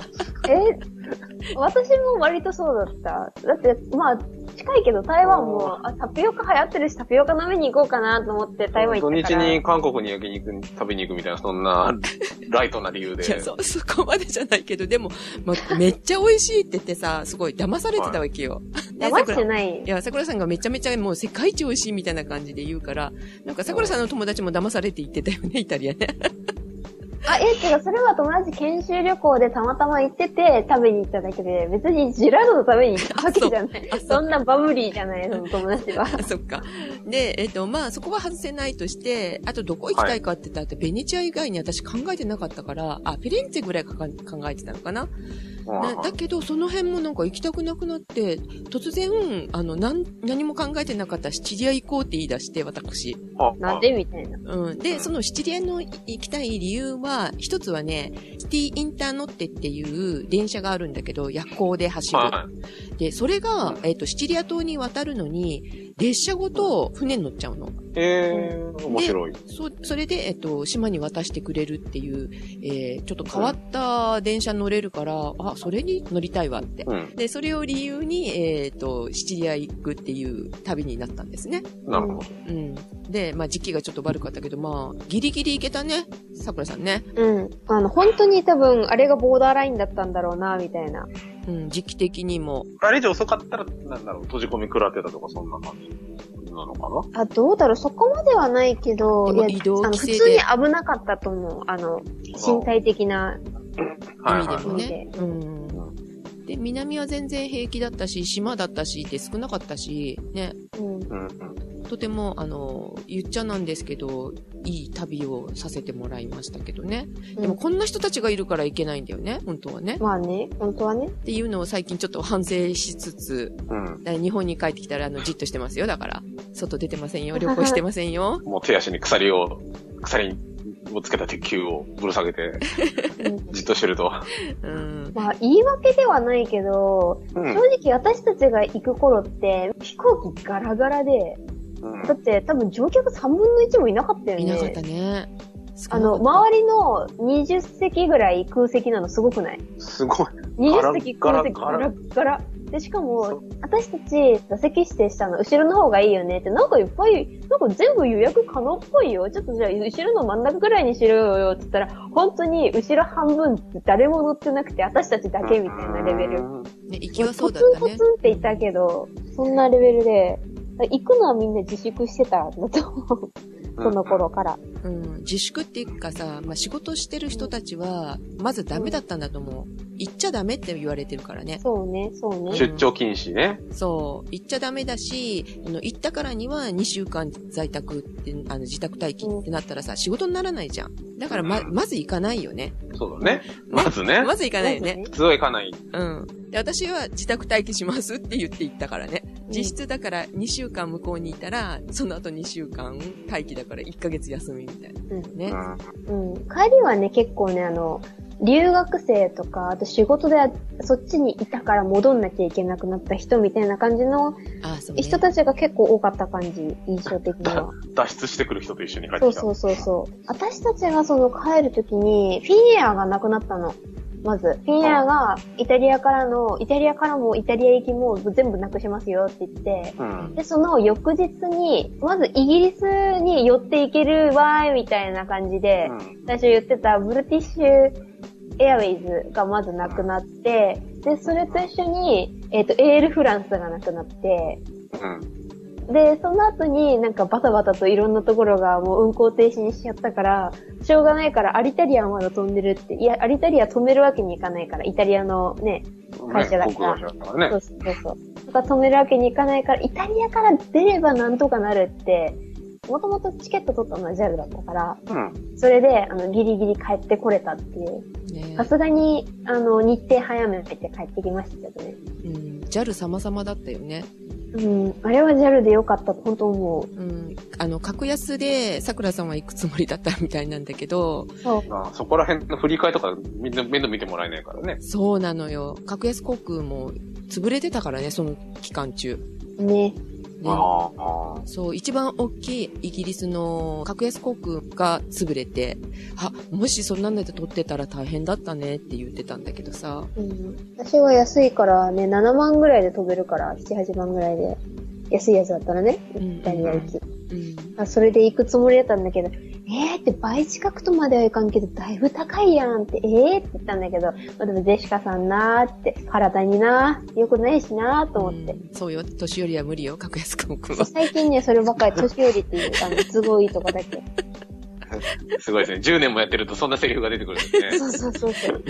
Speaker 2: え、私も割とそうだった。だって、まあ、近いけど台湾も、あ、タピオカ流行ってるし、タピオカ飲みに行こうかなと思って台湾行
Speaker 3: 土
Speaker 2: った
Speaker 3: 日
Speaker 2: から。
Speaker 3: に韓国に焼肉に食べに行くみたいな、そんなライトな理由で。
Speaker 1: いや、そ、 そこまでじゃないけど、でも、まあ、めっちゃ美味しいって言ってさ、すごい騙されてたわけよ。で
Speaker 2: 騙して
Speaker 1: 桜
Speaker 2: ない
Speaker 1: い。や、桜さんがめちゃめちゃもう世界一美味しいみたいな感じで言うから、なんか桜さんの友達も騙されて行ってたよね、イタリアね。
Speaker 2: あ、え、違う、それは友達研修旅行でたまたま行ってて食べに行っただけで、別にジェラードのために行ったわけじゃない。
Speaker 1: あ
Speaker 2: そ
Speaker 1: そうん
Speaker 2: なバブリーじゃない、その友達は。
Speaker 1: そっか。で、えっ、と、まあ、そこは外せないとして、あとどこ行きたいかって言ったら、ベネチア以外に私考えてなかったから、あ、フィレンツェぐらいかか考えてたのかな。
Speaker 3: うん
Speaker 1: なだけど、その辺もなんか行きたくなくなって、突然、あの、なん、何も考えてなかったシチリア行こうって言い出して、私。
Speaker 3: あ
Speaker 2: なんでみたいな。
Speaker 1: うん。で、そのシチリアの行きたい理由は、一つはね、シティインターノッテっていう電車があるんだけど、夜行で走る。
Speaker 3: はい。
Speaker 1: で、それが
Speaker 3: うん、
Speaker 1: えっ、と、シチリア島に渡るのに、列車ごと船に乗っちゃうの。
Speaker 3: えー、面白い。
Speaker 1: そ、それで、えっと、島に渡してくれるっていう、えー、ちょっと変わった電車に乗れるから、あ、それに乗りたいわって。
Speaker 3: うん。
Speaker 1: で、それを理由に、えっ、と、シチリア行くっていう旅になったんですね。
Speaker 3: なるほど。
Speaker 1: うん。で、まあ、時期がちょっと悪かったけど、まあ、ギリギリ行けたね。桜さんね。
Speaker 2: うん。あの、本当に多分、あれがボーダーラインだったんだろうな、みたいな。
Speaker 1: うん、時期的にも。
Speaker 3: あれ以上遅かったら、なんだろう、閉じ込み食らってたとか、そんな感じなのかな
Speaker 2: あ、どうだろう、そこまではないけど、
Speaker 1: でも
Speaker 2: いや
Speaker 1: 移動
Speaker 2: あの
Speaker 1: 規
Speaker 2: 普
Speaker 1: 制
Speaker 2: 通に
Speaker 1: で
Speaker 2: 危なかったと思う。あの、身体的な。
Speaker 1: 意味でも
Speaker 3: はいはいはい。
Speaker 1: ね。うん。で、南は全然平気だったし、島だったし、で少なかったし、ね、
Speaker 2: うん。
Speaker 3: うんうん。
Speaker 1: とても、あの、言っちゃなんですけど、いい旅をさせてもらいましたけどね。でもこんな人たちがいるからいけないんだよね、本当はね。
Speaker 2: まあね、本当はね。
Speaker 1: っていうのを最近ちょっと反省しつつ、
Speaker 3: うん。
Speaker 1: だから日本に帰ってきたらあのじっとしてますよ、だから。外出てませんよ、旅行してませんよ。
Speaker 3: もう手足に鎖を、鎖をつけた鉄球をぶら下げて、
Speaker 2: うん
Speaker 3: じっとしてると。
Speaker 1: うん。
Speaker 2: まあ、言い訳ではないけど、
Speaker 3: うん。
Speaker 2: 正直私たちが行く頃って、飛行機ガラガラで、
Speaker 3: うん
Speaker 2: だって多分乗客3分の1もいなかったよね。
Speaker 1: いなかったね。少なかった
Speaker 2: あの、周りの20席ぐらい空席なのすごくない
Speaker 3: すごい。
Speaker 2: 20席
Speaker 3: ガラ
Speaker 2: 空席
Speaker 3: ガ
Speaker 2: ガ
Speaker 3: ラ
Speaker 2: ラッガラ。で、しか
Speaker 3: そ
Speaker 2: も、私たち座席指定したの、後ろの方がいいよねって、なんかいっぱい、なんか全部予約可能っぽいよ。ちょっとじゃあ、後ろの真ん中ぐらいにしろよって言ったら、本当に後ろ半分誰も乗ってなくて、私たちだけみたいなレベル。
Speaker 3: うん
Speaker 1: ね、行き
Speaker 2: ポ
Speaker 1: は
Speaker 2: ツ
Speaker 1: そう
Speaker 2: ン
Speaker 1: だった
Speaker 2: ポ
Speaker 1: ね
Speaker 2: ツ。ンって言ったけど、そんなレベルで、行くのはみんな自粛してたんだと思う。その頃から。
Speaker 1: うん。自粛っていうかさ、まあ、仕事してる人たちは、まずダメだったんだと思う。行っちゃダメって言われてるからね。
Speaker 2: そうね、そうね。
Speaker 3: 出張禁止ね。
Speaker 1: そう。行っちゃダメだし、あの、行ったからには2週間在宅って、あの、自宅待機ってなったらさ、仕事にならないじゃん。だからま、まず行かないよね。
Speaker 3: そうだね。まずね。
Speaker 1: まず行かないよね。
Speaker 3: 普通は行かない。
Speaker 1: うん。で、私は自宅待機しますって言って行ったからね。実質だから2週間向こうにいたら、その後2週間待機だから1ヶ月休みみたいな。
Speaker 2: うん
Speaker 1: ね。
Speaker 2: うん、帰りはね、結構ね、あの、留学生とか、あと仕事でそっちにいたから戻んなきゃいけなくなった人みたいな感じの
Speaker 1: ああ、そうね。
Speaker 2: 人たちが結構多かった感じ、印象的には。
Speaker 3: うん脱出してくる人と一緒に帰って
Speaker 2: そう
Speaker 3: きた。
Speaker 2: そうそうそう。私たちがその帰るときに、フィンエアがなくなったの。まず、フィンエアがイタリアからの、イタリアからもイタリア行きも全部なくしますよって言って、
Speaker 3: うん。
Speaker 2: で、その翌日に、まずイギリスに寄っていけるわーいみたいな感じで、
Speaker 3: うん
Speaker 2: 最初言ってたブルティッシュエアウェイズがまずなくなって、で、それと一緒に、えっ、と、エールフランスがなくなって、
Speaker 3: うん。
Speaker 2: で、その後になんかバタバタといろんなところがもう運行停止にしちゃったから、しょうがないからアリタリアはまだ飛んでるって、いや、アリタリア止めるわけにいかないから、イタリアのね、会社だ
Speaker 3: ね航空会社だから
Speaker 2: そ
Speaker 3: ね。
Speaker 2: うそうそう。とか止めるわけにいかないから、イタリアから出ればなんとかなるって、もともとチケット取ったのは JAL だったから、
Speaker 3: うん。
Speaker 2: それで、あの、ギリギリ帰ってこれたっていう。
Speaker 1: ね
Speaker 2: さすがに、あの、日程早めて帰ってきましたけどね。
Speaker 1: うん、JAL 様々だったよね。
Speaker 2: うん、あれは JAL でよかった、本当思
Speaker 1: うん、あの、格安で、桜さんは行くつもりだったみたいなんだけど、
Speaker 2: う。そう。
Speaker 3: まあそこら辺の振り替えとかみんな面倒見てもらえないからね。
Speaker 1: そうなのよ。格安航空も潰れてたからね、その期間中。
Speaker 2: ね。
Speaker 1: ね
Speaker 3: ああああ。
Speaker 1: そう、一番大きいイギリスの格安航空が潰れて、あ、もしそんなんで取ってたら大変だったねって言ってたんだけどさ。
Speaker 2: うん。私は安いからね、7万ぐらいで飛べるから、7、8万ぐらいで。安いやつだったらね、
Speaker 1: うん
Speaker 2: イタリア行き。
Speaker 1: うん。
Speaker 2: あそれで行くつもりだったんだけど、えーって倍近くとまではいかんけど、だいぶ高いやんって、えーって言ったんだけど、まあ、でもジェシカさんなーって、体になー、よくないしなーと思って。
Speaker 1: うんそうよ、年寄りは無理よ、格安航空は。
Speaker 2: 最近ね、そればっかり年寄りっていう、あの、都合いいとこだけ。
Speaker 3: すごいですね。10年もやってるとそんなセリフが出てくるんですね。
Speaker 2: そうそうそうそう。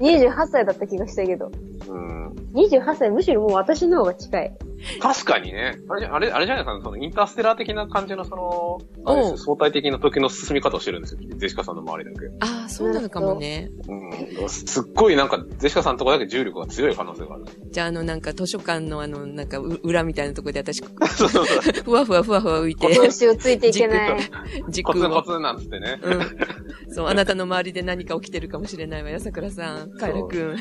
Speaker 2: 28歳だった気がしたけど。
Speaker 3: うん。
Speaker 2: 28歳、むしろもう私の方が近い。
Speaker 3: 確かにね。あれじゃ、あれ、あれじゃないですか、そのインターステラー的な感じのその、あれです
Speaker 1: うん
Speaker 3: よ相対的な時の進み方をしてるんですよ。ゼシカさんの周りだけ。
Speaker 1: ああ、そうなのかもね。
Speaker 3: うん。すっごいなんか、ゼシカさんのとこだけ重力が強い可能性 がある。
Speaker 1: じゃあ、あの、なんか図書館のあの、なんかう裏みたいなところで私、
Speaker 3: そうそうそう。
Speaker 1: ふわふわふわふわ浮 いて、
Speaker 2: どうしようついていけない。
Speaker 1: 時
Speaker 3: コツ
Speaker 1: 空
Speaker 3: ンコ
Speaker 1: を。
Speaker 3: ツンなんつってね。
Speaker 1: うん。そう、あなたの周りで何か起きてるかもしれないわよ、桜さん。カエラくん。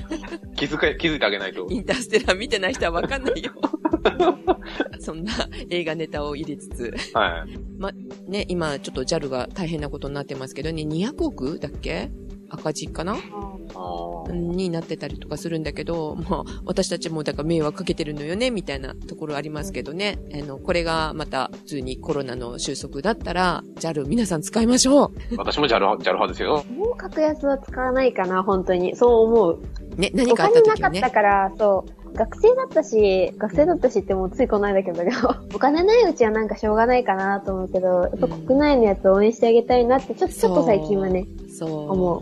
Speaker 3: 気づか、気づいてあげないと。
Speaker 1: インターステラー見てない人はわかんないよ。 そんな映画ネタを入れつつ。
Speaker 3: はい。
Speaker 1: ね、今ちょっと JAL が大変なことになってますけどね、200億だっけ赤字かな
Speaker 3: あー
Speaker 1: になってたりとかするんだけど、もう私たちもだから迷惑かけてるのよね、みたいなところありますけどね。あの、これがまた普通にコロナの収束だったら、JAL 皆さん使いましょ
Speaker 3: 私もジャル、ジャル派ですよ。
Speaker 2: もう格安は使わないかな、本当に。そう思う。
Speaker 1: うね、何
Speaker 2: お
Speaker 1: かあっ
Speaker 2: 金
Speaker 1: た
Speaker 2: な
Speaker 1: 時
Speaker 2: か
Speaker 1: は
Speaker 2: っ
Speaker 1: ね
Speaker 2: た。から、そう。学生だったし、学生だったしってもうついこの間だけど、 お金ないうちはなんかしょうがないかなと思うけど、やっぱ国内のやつを応援してあげたいなって、ちょっと、ちょっと最近はね、思。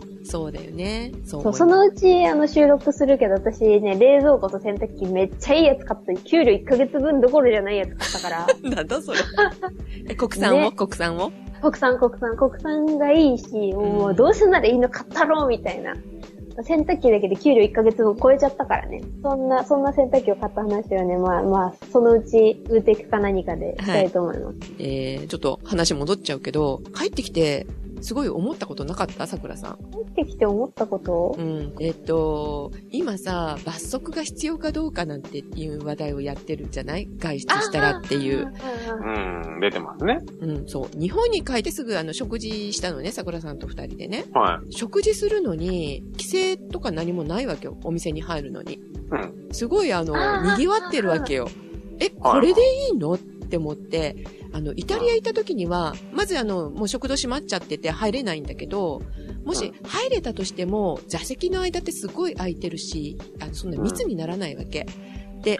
Speaker 1: そうう。そうだよね。そう
Speaker 2: そ
Speaker 1: 思
Speaker 2: う、
Speaker 1: い
Speaker 2: そのうち、あの、収録するけど、私ね、冷蔵庫と洗濯機めっちゃいいやつ買った給料1ヶ月分どころじゃないやつ買ったから、
Speaker 1: なんだそ れ。え国産を、
Speaker 2: ね
Speaker 1: 国産を
Speaker 2: 国産、国産、国産がいいし、もうどうせならいいの買ったろう、みたいな。洗濯機だけで給料1ヶ月分超えちゃったからね。そんな、そんな洗濯機を買った話はね、まあまあ、そのうち、ウーテクか何かでしたいと思います。
Speaker 1: えー、ちょっと話戻っちゃうけど、帰ってきて、すごい思ったことなかった桜さん。
Speaker 2: 帰ってきて思ったこと
Speaker 1: うん。えっ、と、今さ、罰則が必要かどうかなんていう話題をやってるじゃない外出したらっていう。。
Speaker 2: あ
Speaker 3: うん、出てますね。
Speaker 1: うん、そう。日本に帰ってすぐあの、食事したのね、桜さんと二人でね。
Speaker 3: は
Speaker 1: 食事するのに、規制とか何もないわけよ。お店に入るのに。
Speaker 3: い。うん。
Speaker 1: すごいあの
Speaker 2: あー、
Speaker 1: 賑わってるわけよ。え、これでいいのって思って、あの、イタリア行った時には、まずあの、もう食堂閉まっちゃってて入れないんだけど、もし入れたとしても、座席の間ってすごい空いてるし、あの、そんな密にならないわけ。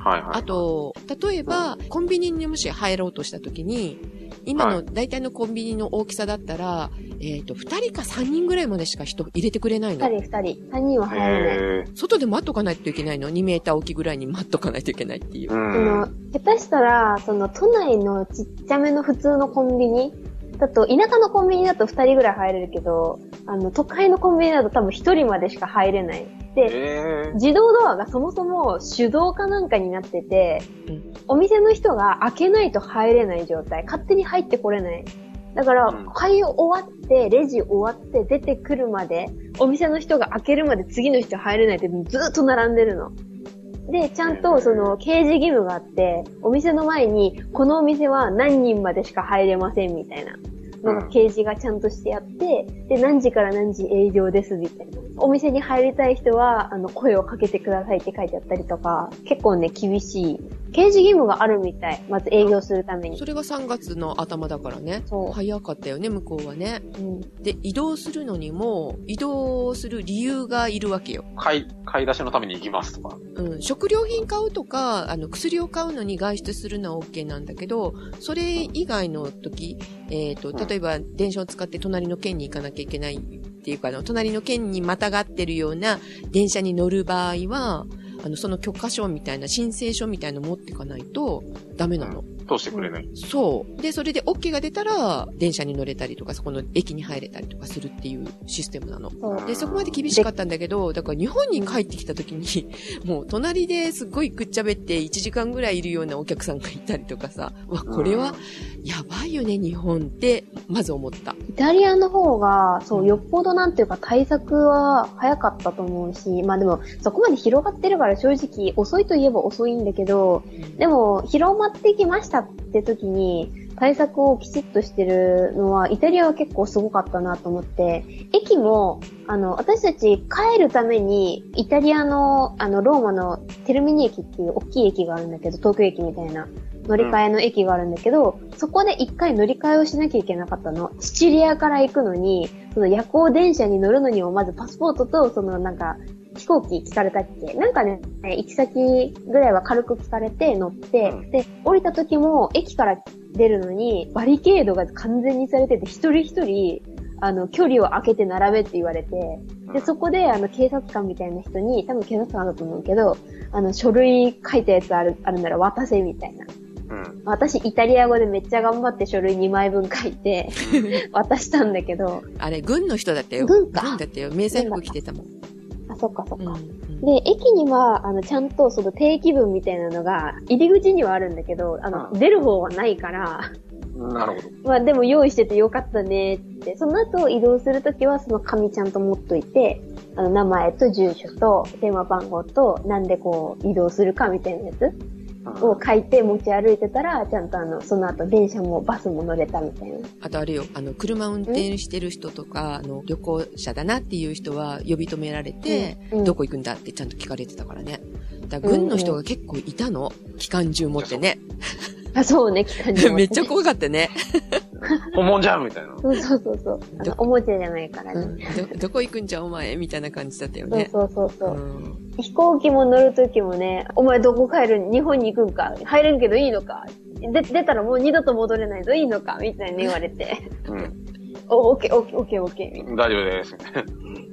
Speaker 3: はいはい。
Speaker 1: あ、と、例えば、コンビニにもし入ろうとした時に、今
Speaker 3: は
Speaker 1: の大体のコンビニの大きさだったら、えっ、と、2人か3人ぐらいまでしか人入れてくれない
Speaker 2: 二
Speaker 1: の。
Speaker 2: 人、二人。三人は入らない。
Speaker 3: へえ。
Speaker 1: 外で待っとかないといけないの。2メーター置きぐらいに待っとかないといけないっていう
Speaker 3: う。
Speaker 2: そ
Speaker 3: ん。
Speaker 2: の、下手したら、その、都内のちっちゃめの普通のコンビニだと、田舎のコンビニだと二人ぐらい入れるけど、あの、都会のコンビニだと多分一人までしか入れない。
Speaker 3: へ
Speaker 2: で、
Speaker 3: え。
Speaker 2: 自動ドアがそもそも手動かなんかになってて
Speaker 1: うん、
Speaker 2: お店の人が開けないと入れない状態。勝手に入ってこれない。だから
Speaker 3: うん、
Speaker 2: 買い終わって、レジ終わって出てくるまで、お店の人が開けるまで次の人入れないってずーっと並んでるの。で、ちゃんとその、掲示義務があって、お店の前に、このお店は何人までしか入れませんみたいな。のが
Speaker 3: うん
Speaker 2: 掲示がちゃんとしてあって、で、何時から何時営業ですみたいな。お店に入りたい人は、あの、声をかけてくださいって書いてあったりとか、結構ね、厳しい掲示義務があるみたい。まず営業するために
Speaker 1: そ。れが3月の頭だからね。
Speaker 2: そ
Speaker 1: 早かったよね、向こうはね。
Speaker 2: う。うん。
Speaker 1: で、移動するのにも、移動する理由がいるわけよ。
Speaker 3: 買い、買い出しのために行きますとか。
Speaker 1: うん、食料品買うとか、あの、薬を買うのに外出するのは OK なんだけど、それ以外の時、えっ、
Speaker 3: うん
Speaker 1: と、例えば電車を使って隣の県に行かなきゃいけないっていうか、あの、隣の県にまたがってるような電車に乗る場合は、あの、その許可証みたいな、申請書みたいなの持ってかないとダメなの。
Speaker 3: 通してくれない。
Speaker 1: そう。で、それで OK が出たら、電車に乗れたりとか、そこの駅に入れたりとかするっていうシステムなの。
Speaker 2: そう。
Speaker 1: で、そこまで厳しかったんだけど、だから日本に帰ってきた時に、 もう隣ですごいくっちゃべって1時間ぐらいいるようなお客さんがいたりとかさ、わ、これはやばいよね、日本って、まず思った。
Speaker 2: イタリアの方が、そうう、よっぽどなんていうか対策は早かったと思うし、まあでも、そこまで広がってるから正直遅いといえば遅いんだけど、でも、広まってきましたって時に、対策をきちっとしてるのは、イタリアは結構すごかったなと思って、駅も、あの、私たち帰るために、イタリアの、あの、ローマのテルミニ駅っていう大きい駅があるんだけど、東京駅みたいな乗り換えの駅があるんだけど、そこで一回乗り換えをしなきゃいけなかったの。シチリアから行くのに、その夜行電車に乗るのにも、まずパスポートと、そのなんか、飛行機聞かれたっけなんかね、行き先ぐらいは軽く聞かれて乗って、
Speaker 3: うん
Speaker 2: で、降りた時も駅から出るのに、バリケードが完全にされてて、一人一人、あの、距離を空けて並べって言われて、で、そこで、あの、警察官みたいな人に、多分警察官だと思うけど、あの、書類書いたやつある、あるなら渡せみたいな。
Speaker 3: うん。
Speaker 2: 私、イタリア語でめっちゃ頑張って書類2枚分書いて、渡したんだけど、
Speaker 1: あれ、軍の人だったよ。
Speaker 2: 軍か
Speaker 1: だったよ。迷彩服着てたもん。
Speaker 2: あ、そっかそっ
Speaker 1: うん
Speaker 2: か。
Speaker 1: うん
Speaker 2: で、駅には、あの、ちゃんと、その定期文みたいなのが、入り口にはあるんだけど、あの、
Speaker 3: うん
Speaker 2: 出る方はないから、
Speaker 3: なるほど。
Speaker 2: まあでも用意しててよかったねって、その後移動するときはその紙ちゃんと持っといて、あの、名前と住所と電話番号と、なんでこう、移動するかみたいなやつを書いて持ち歩いてたら、ちゃんとあの、その後電車もバスも乗れたみたいな。
Speaker 1: あとあれよ、あの、車運転してる人とか、あの、旅行者だなっていう人は呼び止められて、
Speaker 2: うん
Speaker 1: どこ行くんだってちゃんと聞かれてたからね。だから軍の人が結構いたの。機関銃持ってね。
Speaker 2: あ、そうね、期 間
Speaker 1: めっちゃ怖かったね。
Speaker 3: 本物じゃんみたいな。
Speaker 2: そうそうそうそう。あ
Speaker 1: ど
Speaker 2: の、おもちゃじゃないから
Speaker 1: うん
Speaker 2: ね。
Speaker 1: ど、どこ行くんじゃお前みたいな感じだったよね。
Speaker 2: そうそうそうそう。
Speaker 1: うん
Speaker 2: 飛行機も乗るときもね、お前どこ帰る日本に行くんか入れんけどいいのかで、出たらもう二度と戻れないぞ、いいのかみたいに言われて。
Speaker 3: うん。
Speaker 2: お、オッケー、オッケー、オッケー、オッケー、みたいな。
Speaker 3: 大丈夫です。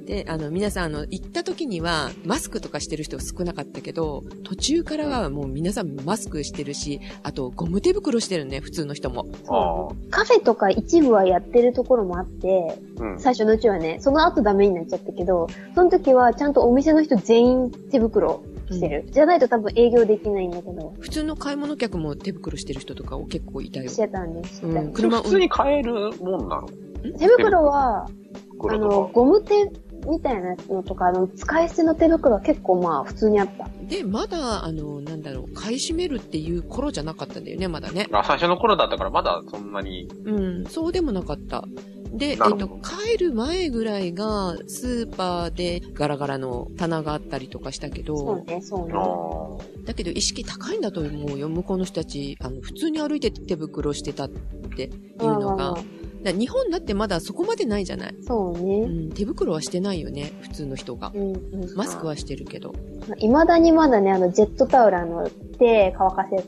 Speaker 1: で、あの、皆さん、あの、行った時には、マスクとかしてる人少なかったけど、途中からはもう皆さんマスクしてるし、あと、ゴム手袋してるね、普通の人も。
Speaker 3: ああ。
Speaker 2: カフェとか一部はやってるところもあって、
Speaker 3: うん。
Speaker 2: 最初のうちはね、その後ダメになっちゃったけど、その時はちゃんとお店の人全員手袋してる。じゃないと多分営業できないんだけど、
Speaker 1: 普通の買い物客も手袋してる人とかを結構いたよ
Speaker 2: し。てたんです。してたん
Speaker 1: うん
Speaker 2: で
Speaker 1: 車
Speaker 3: 普通に買えるもんなの
Speaker 2: す手袋は、あ
Speaker 3: 袋
Speaker 2: の、
Speaker 3: と
Speaker 2: ゴム手みたいなのとか、あの、使い捨ての手袋は結構まあ普通にあった。
Speaker 1: で、まだ、あの、なんだろう、買い占めるっていう頃じゃなかったんだよね、まだね。
Speaker 3: か。あ最初の頃だったからまだそんなに。
Speaker 1: うん、そうでもなかった。で、えっ
Speaker 3: なるほど
Speaker 1: と、帰る前ぐらいが、スーパーでガラガラの棚があったりとかしたけ
Speaker 2: そう
Speaker 1: ど、
Speaker 2: ね、そうね
Speaker 3: あ。あ。
Speaker 1: だけど意識高いんだと思うよ。向こうの人たち、あの、普通に歩いて手袋してたっていう
Speaker 2: まあま
Speaker 1: の
Speaker 2: あま
Speaker 1: が
Speaker 2: あ、
Speaker 1: だ日本だってまだそこまでないじゃない、
Speaker 2: そう
Speaker 1: う
Speaker 2: ね。
Speaker 1: ん、手袋はしてないよね、普通の人が
Speaker 2: う。んうん
Speaker 1: マスクはしてるけど。
Speaker 2: いまだにまだね、あの、ジェットタオル、あの、手乾かすやつ。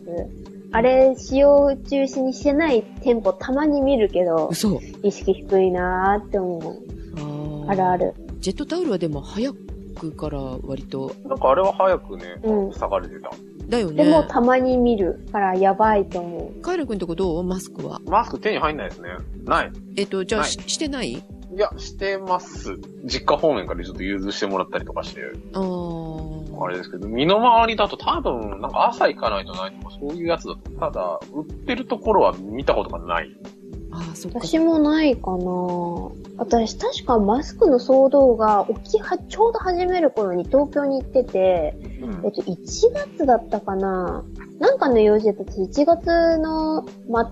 Speaker 2: あれ、使用中止にしてない店舗たまに見るけど、
Speaker 1: 嘘。
Speaker 2: 意識低いなーって思う。
Speaker 1: あー
Speaker 2: あるある。
Speaker 1: ジェットタオルはでも早くから割と、
Speaker 3: なんかあれは早くね、
Speaker 2: うん
Speaker 3: 下がれてた。
Speaker 1: だよね。
Speaker 2: でも、たまに見るから、やばいと思う。
Speaker 1: カイル君とこどうマスクは。
Speaker 3: マスク手に入んないですね。ない。
Speaker 1: えっと、じゃあ、
Speaker 3: はい
Speaker 1: ししてない
Speaker 3: いや、してます。実家方面からちょっと融通してもらったりとかして、
Speaker 1: あー
Speaker 3: あれですけど、身の回りだと多分、なんか朝行かないとないとか、そういうやつだと。ただ、売ってるところは見たことがない。
Speaker 1: あー、そっか。
Speaker 2: 私もないかな私、確かマスクの騒動が起きは、ちょうど始める頃に東京に行ってて、
Speaker 3: うん
Speaker 2: えっと、1月だったかななんかの用事で私1月の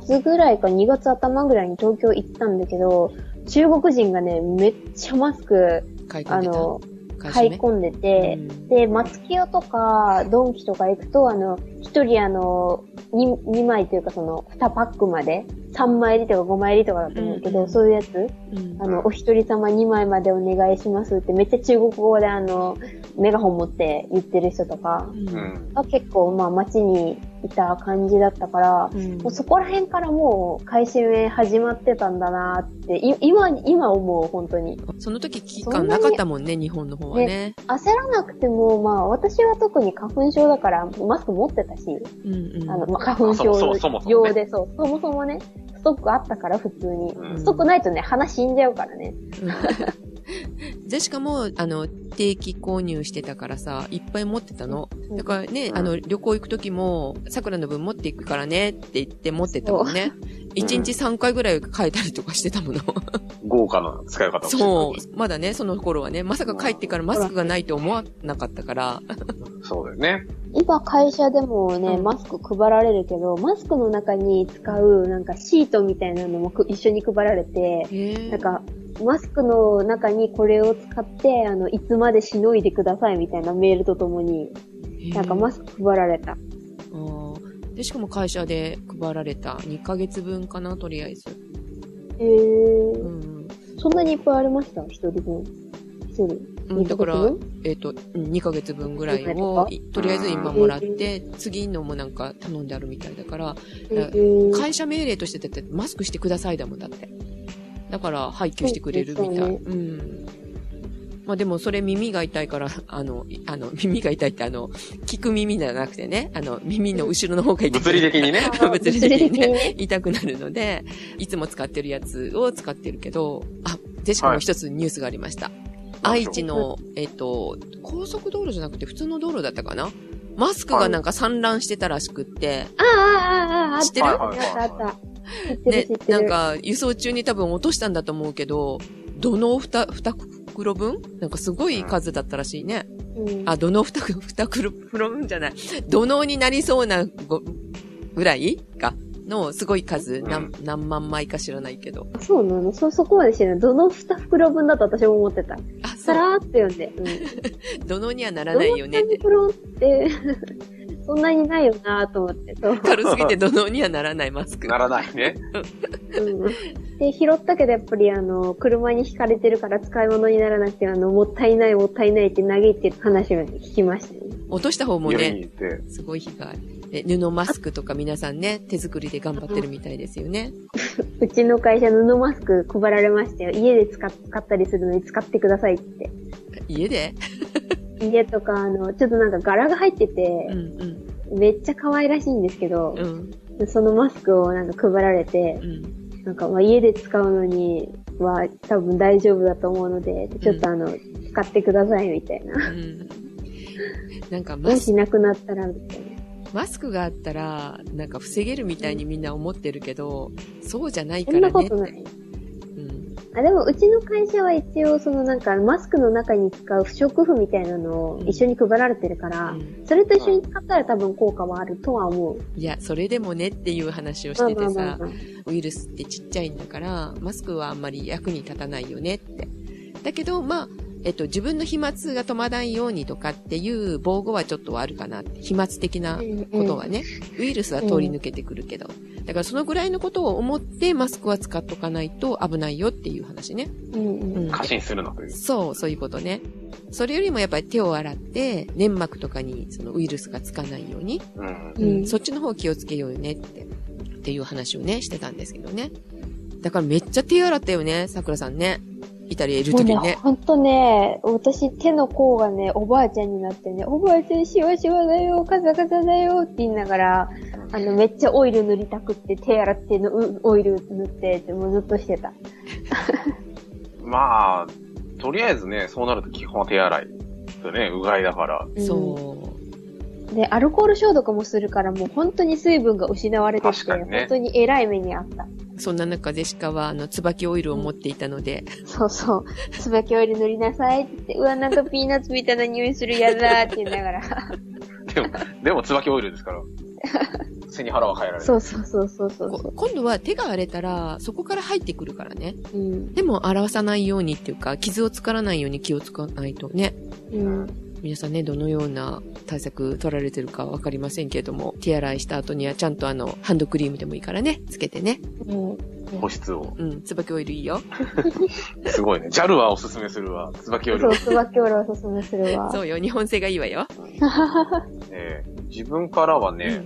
Speaker 2: 末ぐらいか2月頭ぐらいに東京行ったんだけど、中国人がね、めっちゃマスク、
Speaker 1: 買い込
Speaker 2: あ
Speaker 1: んでた。
Speaker 2: の、
Speaker 1: 買い占
Speaker 2: 買い
Speaker 1: め
Speaker 2: 込んでて、で、松清とか、ドンキとか行くと、あの、一人あの、2, 2枚というかその、2パックまで、3枚入りとか5枚入りとかだと思うけど、
Speaker 1: うんうん
Speaker 2: そういうやつ、
Speaker 1: うん
Speaker 2: あの、お一人様2枚までお願いしますって、めっちゃ中国語であの、メガホン持って言ってる人とか
Speaker 1: う、ん
Speaker 3: う
Speaker 1: うん
Speaker 3: ん。
Speaker 2: が結構まあ街にいた感じだったから、
Speaker 1: うん
Speaker 2: もうそこら辺からもう買い占め始まってたんだなって、い今、今思う、本当に。
Speaker 1: その時危機感なかったもんね、日本の方はね。
Speaker 2: 焦らなくても、まあ私は特に花粉症だから、マスク持ってたし、
Speaker 1: うんうん。
Speaker 2: あの、まあ、花粉症
Speaker 3: そうそもそもね
Speaker 2: 用で、そう、そもそもね、ストックあったから普通に。
Speaker 3: うん
Speaker 2: ストックないとね、鼻死んじゃうからね。
Speaker 1: うんで、しかも、あの、定期購入してたからさ、いっぱい持ってたの。
Speaker 2: うん
Speaker 1: だからね、
Speaker 3: うん
Speaker 1: あの、旅行行く時も、桜の分持っていくからねって言って持ってたもんね。一日3回ぐらい変えたりとかしてた もの。
Speaker 3: 豪華な使い方をしてる
Speaker 1: そう。まだね、その頃はね、まさか帰ってからマスクがないと思わなかったから。
Speaker 3: そうだよね。
Speaker 2: 今会社でもね、
Speaker 1: うん
Speaker 2: マスク配られるけど、マスクの中に使うなんかシートみたいなのもく一緒に配られて、
Speaker 1: へー
Speaker 2: なんか、マスクの中にこれを使って、あの、いつまでしのいでくださいみたいなメールとともに、なんかマスク配られた。
Speaker 1: あーで、しかも会社で配られた2ヶ月分かな、とりあえず。
Speaker 2: へー
Speaker 1: うん
Speaker 2: そんなにいっぱいありました一人分。一人。
Speaker 1: うん。うん、だから、えっ、と、2ヶ月分ぐらい
Speaker 2: 二ヶ月
Speaker 1: を
Speaker 2: か、
Speaker 1: いとりあえず今もらって、次のもなんか頼んであるみたいだから、
Speaker 2: えー
Speaker 1: 会社命令としてだってマスクしてくださいだもんだって。だから、配給してくれるみたい。
Speaker 2: そう
Speaker 1: う
Speaker 2: で
Speaker 1: ん。まあでもそれ耳が痛いから、 あの、いあの、耳が痛いってあの、聞く耳じゃなくてね、あの、耳の後ろの方が痛い。
Speaker 3: 物理的にね。
Speaker 2: あー
Speaker 1: 物理的にね
Speaker 2: 物理的にね
Speaker 1: 痛くなるので、いつも使ってるやつを使ってるけど、あ、でしかも一つニュースがありました。愛知の、えっと、高速道路じゃなくて普通の道路だったかなマスクがなんか散乱してたらしくって、
Speaker 2: ああ、ああ、ああ、ああ、
Speaker 1: 知ってる
Speaker 2: あったあったあった。知ってる
Speaker 1: で
Speaker 2: 知って
Speaker 1: な
Speaker 2: る。
Speaker 1: んか輸送中に多分落としたんだと思うけど、土の二、二袋分なんかすごい数だったらしいね。
Speaker 2: うん、
Speaker 1: あ、土の二袋、二袋分じゃない。土のになりそうなごぐらいか。の、すごい数、何、何万枚か知らないけど。
Speaker 2: そうなのそ、そこまで知らない。どの2袋分だと私も思ってた。
Speaker 1: あ、そ
Speaker 2: さ
Speaker 1: う。
Speaker 2: らーって読んで。うん。
Speaker 1: 土のにはなら
Speaker 2: どの
Speaker 1: ないよねって
Speaker 2: 2。袋って、 そんなにないよなーと思って。そう。
Speaker 1: 軽すぎて土のにはならないマスク。
Speaker 3: ならないね。
Speaker 2: うん、で、拾ったけどやっぱりあの、車に引かれてるから使い物にならなくて、あの、もったいないもったいないって嘆いてる話を聞きましたね。
Speaker 1: 落とした方も
Speaker 3: 夜に
Speaker 1: ね、
Speaker 3: 行って。
Speaker 1: すごい被害。え布マスクとか皆さんね、手作りで頑張ってるみたいですよね。
Speaker 2: うちの会社布マスク配られましたよ。家で使っ使ったりするのに使ってくださいって。
Speaker 1: 家で
Speaker 2: 家とか、あの、ちょっとなんか柄が入って
Speaker 1: う
Speaker 2: て、
Speaker 1: ん
Speaker 2: めっちゃ可愛らしいんですけど
Speaker 1: うん。、うん
Speaker 2: そのマスクをなんか配られて
Speaker 1: う、ん。
Speaker 2: なんかまあ家で使うのには多分大丈夫だと思うので、ちょっとあの、使ってくださいみたいな。
Speaker 1: うん。なんかマ
Speaker 2: も
Speaker 1: ス
Speaker 2: しなくなったらみたい
Speaker 1: マスクがあったら、なんか防げるみたいにみんな思ってるけど、そうじゃないか
Speaker 2: な。そん
Speaker 1: ら
Speaker 2: なこ
Speaker 1: ね。
Speaker 2: とない。
Speaker 1: うん。
Speaker 2: あ、でもうちの会社は一応そのなんかマスクの中に使う不織布みたいなのを一緒に配られてるから、
Speaker 1: うん
Speaker 2: それと一緒に使ったら多分効果はあるとは思う。
Speaker 1: いや、それでもねっていう話を
Speaker 2: ま
Speaker 1: し
Speaker 2: あ
Speaker 1: て
Speaker 2: まあ
Speaker 1: て
Speaker 2: ま
Speaker 1: さ、
Speaker 2: あまあ。
Speaker 1: ウイルスってちっちゃいんだから、マスクはあんまり役に立たないよねって。だけど、まあ、えっと、自分の飛沫が止まらないようにとかっていう防護はちょっとはあるかなって。飛沫的なことはね、ウイルスは通り抜けてくるけど。だからそのぐらいのことを思ってマスクは使っとかないと危ないよっていう話ね。
Speaker 2: うんうん
Speaker 1: うん
Speaker 3: 過信するなという。
Speaker 1: そう、そういうことね。それよりもやっぱり手を洗って、粘膜とかにそのウイルスがつかないように、
Speaker 3: うん。
Speaker 2: うん
Speaker 1: うんそっちの方気をつけようよねって、っていう話をね、してたんですけどね。だからめっちゃ手洗ったよね、桜さんね。イタリアいる
Speaker 2: もう
Speaker 1: 時
Speaker 2: ね、
Speaker 1: に
Speaker 2: ね
Speaker 1: ね。
Speaker 2: ほんとね、私手の甲がね、おばあちゃんになってね、おばあちゃんシワシワだよ、カサカサだよって言いながら、あの、めっちゃオイル塗りたくって、手洗ってのうオイル塗ってって、もうずっとしてた。
Speaker 3: まあ、とりあえずね、そうなると基本は手洗い。ね、うがいだから。
Speaker 2: うん
Speaker 1: そ
Speaker 2: で、アルコール消毒もするから、もう本当に水分が失われてき
Speaker 3: 確
Speaker 2: て、
Speaker 3: かにね
Speaker 2: 本当に偉い目にあった。
Speaker 1: う。そんな中、ジェシカは、あの、椿オイルを持っていたので、
Speaker 2: そう そう。椿オイル塗りなさいって言って、うわ、なん かピーナッツみたいな匂いするやだーって言いながら。
Speaker 3: でも、でも、椿オイルですから。背に腹は変えられる。
Speaker 2: そうそうそうそうそうそ
Speaker 1: こ今度は手が荒れたら、そこから入ってくるからね。
Speaker 2: う。うん。
Speaker 1: でも、洗わさないようにっていうか、傷を作らないように気をつかないとね。
Speaker 2: うん。
Speaker 1: 皆さんね、どのような対策取られてるかわかりませんけれども、手洗いした後にはちゃんとあの、ハンドクリームでもいいからね、つけてね。
Speaker 2: うん。
Speaker 3: 保湿を。
Speaker 1: うん、椿オイルいいよ。
Speaker 3: すごいね。JAL はおすすめするわ。椿より
Speaker 2: そ
Speaker 3: も
Speaker 2: う、。椿オールおすすめするわ。
Speaker 1: そうよ、日本製がいいわよ。
Speaker 3: えー自分からはね、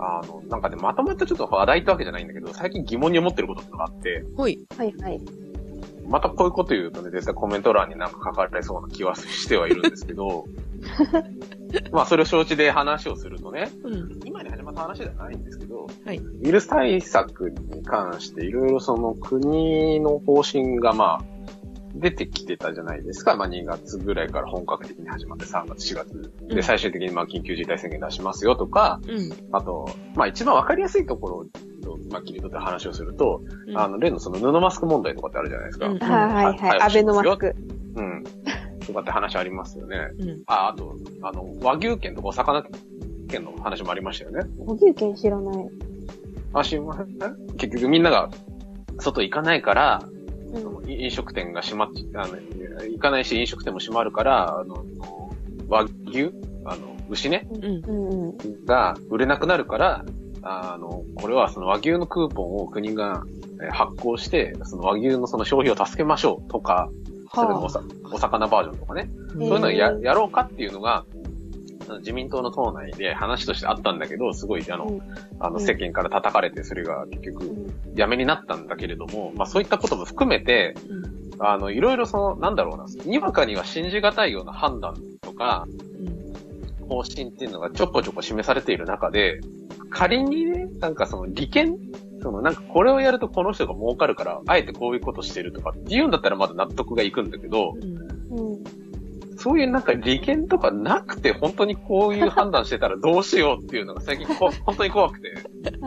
Speaker 3: あの、なんかね、まとまったちょっと話題ってわけじゃないんだけど、最近疑問に思ってることってのがあって、
Speaker 1: ほい。
Speaker 2: はいはい。
Speaker 3: またこういうこと言うとね、絶対コメント欄になんか書かれそうな気はしてはいるんです けど、まあそれを承知で話をするとね、
Speaker 1: うん。
Speaker 3: 今に始まった話じゃないんですけど、
Speaker 1: はい
Speaker 3: ウイルス対策に関していろいろその国の方針がまあ、出てきてたじゃないですか。まあ2月ぐらいから本格的に始まって3月4月
Speaker 1: う
Speaker 3: で
Speaker 1: ん
Speaker 3: 最終的にまあ緊急事態宣言出しますよとか、
Speaker 1: うん。
Speaker 3: あと、まあ一番わかりやすいところをまあ切り取って話をすると、
Speaker 1: うん
Speaker 3: あの例のその布マスク問題とかってあるじゃないですか。
Speaker 1: うん
Speaker 2: はいはいはい。
Speaker 3: は
Speaker 2: ア
Speaker 3: い
Speaker 2: ベノマスク。
Speaker 3: うん。とかって話ありますよね。
Speaker 1: うん。
Speaker 3: あ、あと、あの、和牛券とかお魚券の話もありましたよね。
Speaker 2: 小牛券知らない。
Speaker 3: あ、しません結局みんなが外行かないから、
Speaker 2: う
Speaker 3: その
Speaker 2: ん。
Speaker 3: い飲食店が閉まっ、あの、行かないし飲食店も閉まるから、あの、和牛あの、牛ね
Speaker 1: うん。
Speaker 2: うんうん。
Speaker 3: が売れなくなるから、あの、これはその和牛のクーポンを国がえー発行して、その和牛のその消費を助けましょうとか、それのおさお魚バージョンとかね。
Speaker 1: うん
Speaker 3: そういうのをや
Speaker 2: うん
Speaker 3: やろうかっていうのが、あの自民党の党内で話としてあったんだけど、すごい、あの、
Speaker 2: うん
Speaker 3: あの
Speaker 2: うん
Speaker 3: 世間から叩かれて、それが結
Speaker 2: う
Speaker 3: 局、
Speaker 2: ん
Speaker 3: やめになったんだけれども、まあそういったことも含めて、
Speaker 1: うん
Speaker 3: あの、いろいろその、なんだろうな、にわかには信じがたいような判断とか、
Speaker 1: うん
Speaker 3: 方針っていうのがちょこちょこ示されている中で、仮にね、なんかその利権そのなんかこれをやるとこの人が儲かるから、あえてこういうことしてるとかっていうんだったらまだ納得がいくんだけど、
Speaker 1: うん
Speaker 2: うん。
Speaker 3: そういうなんか利権とかなくて、本当にこういう判断してたらどうしようっていうのが最近 こ本当に怖くて、
Speaker 2: あ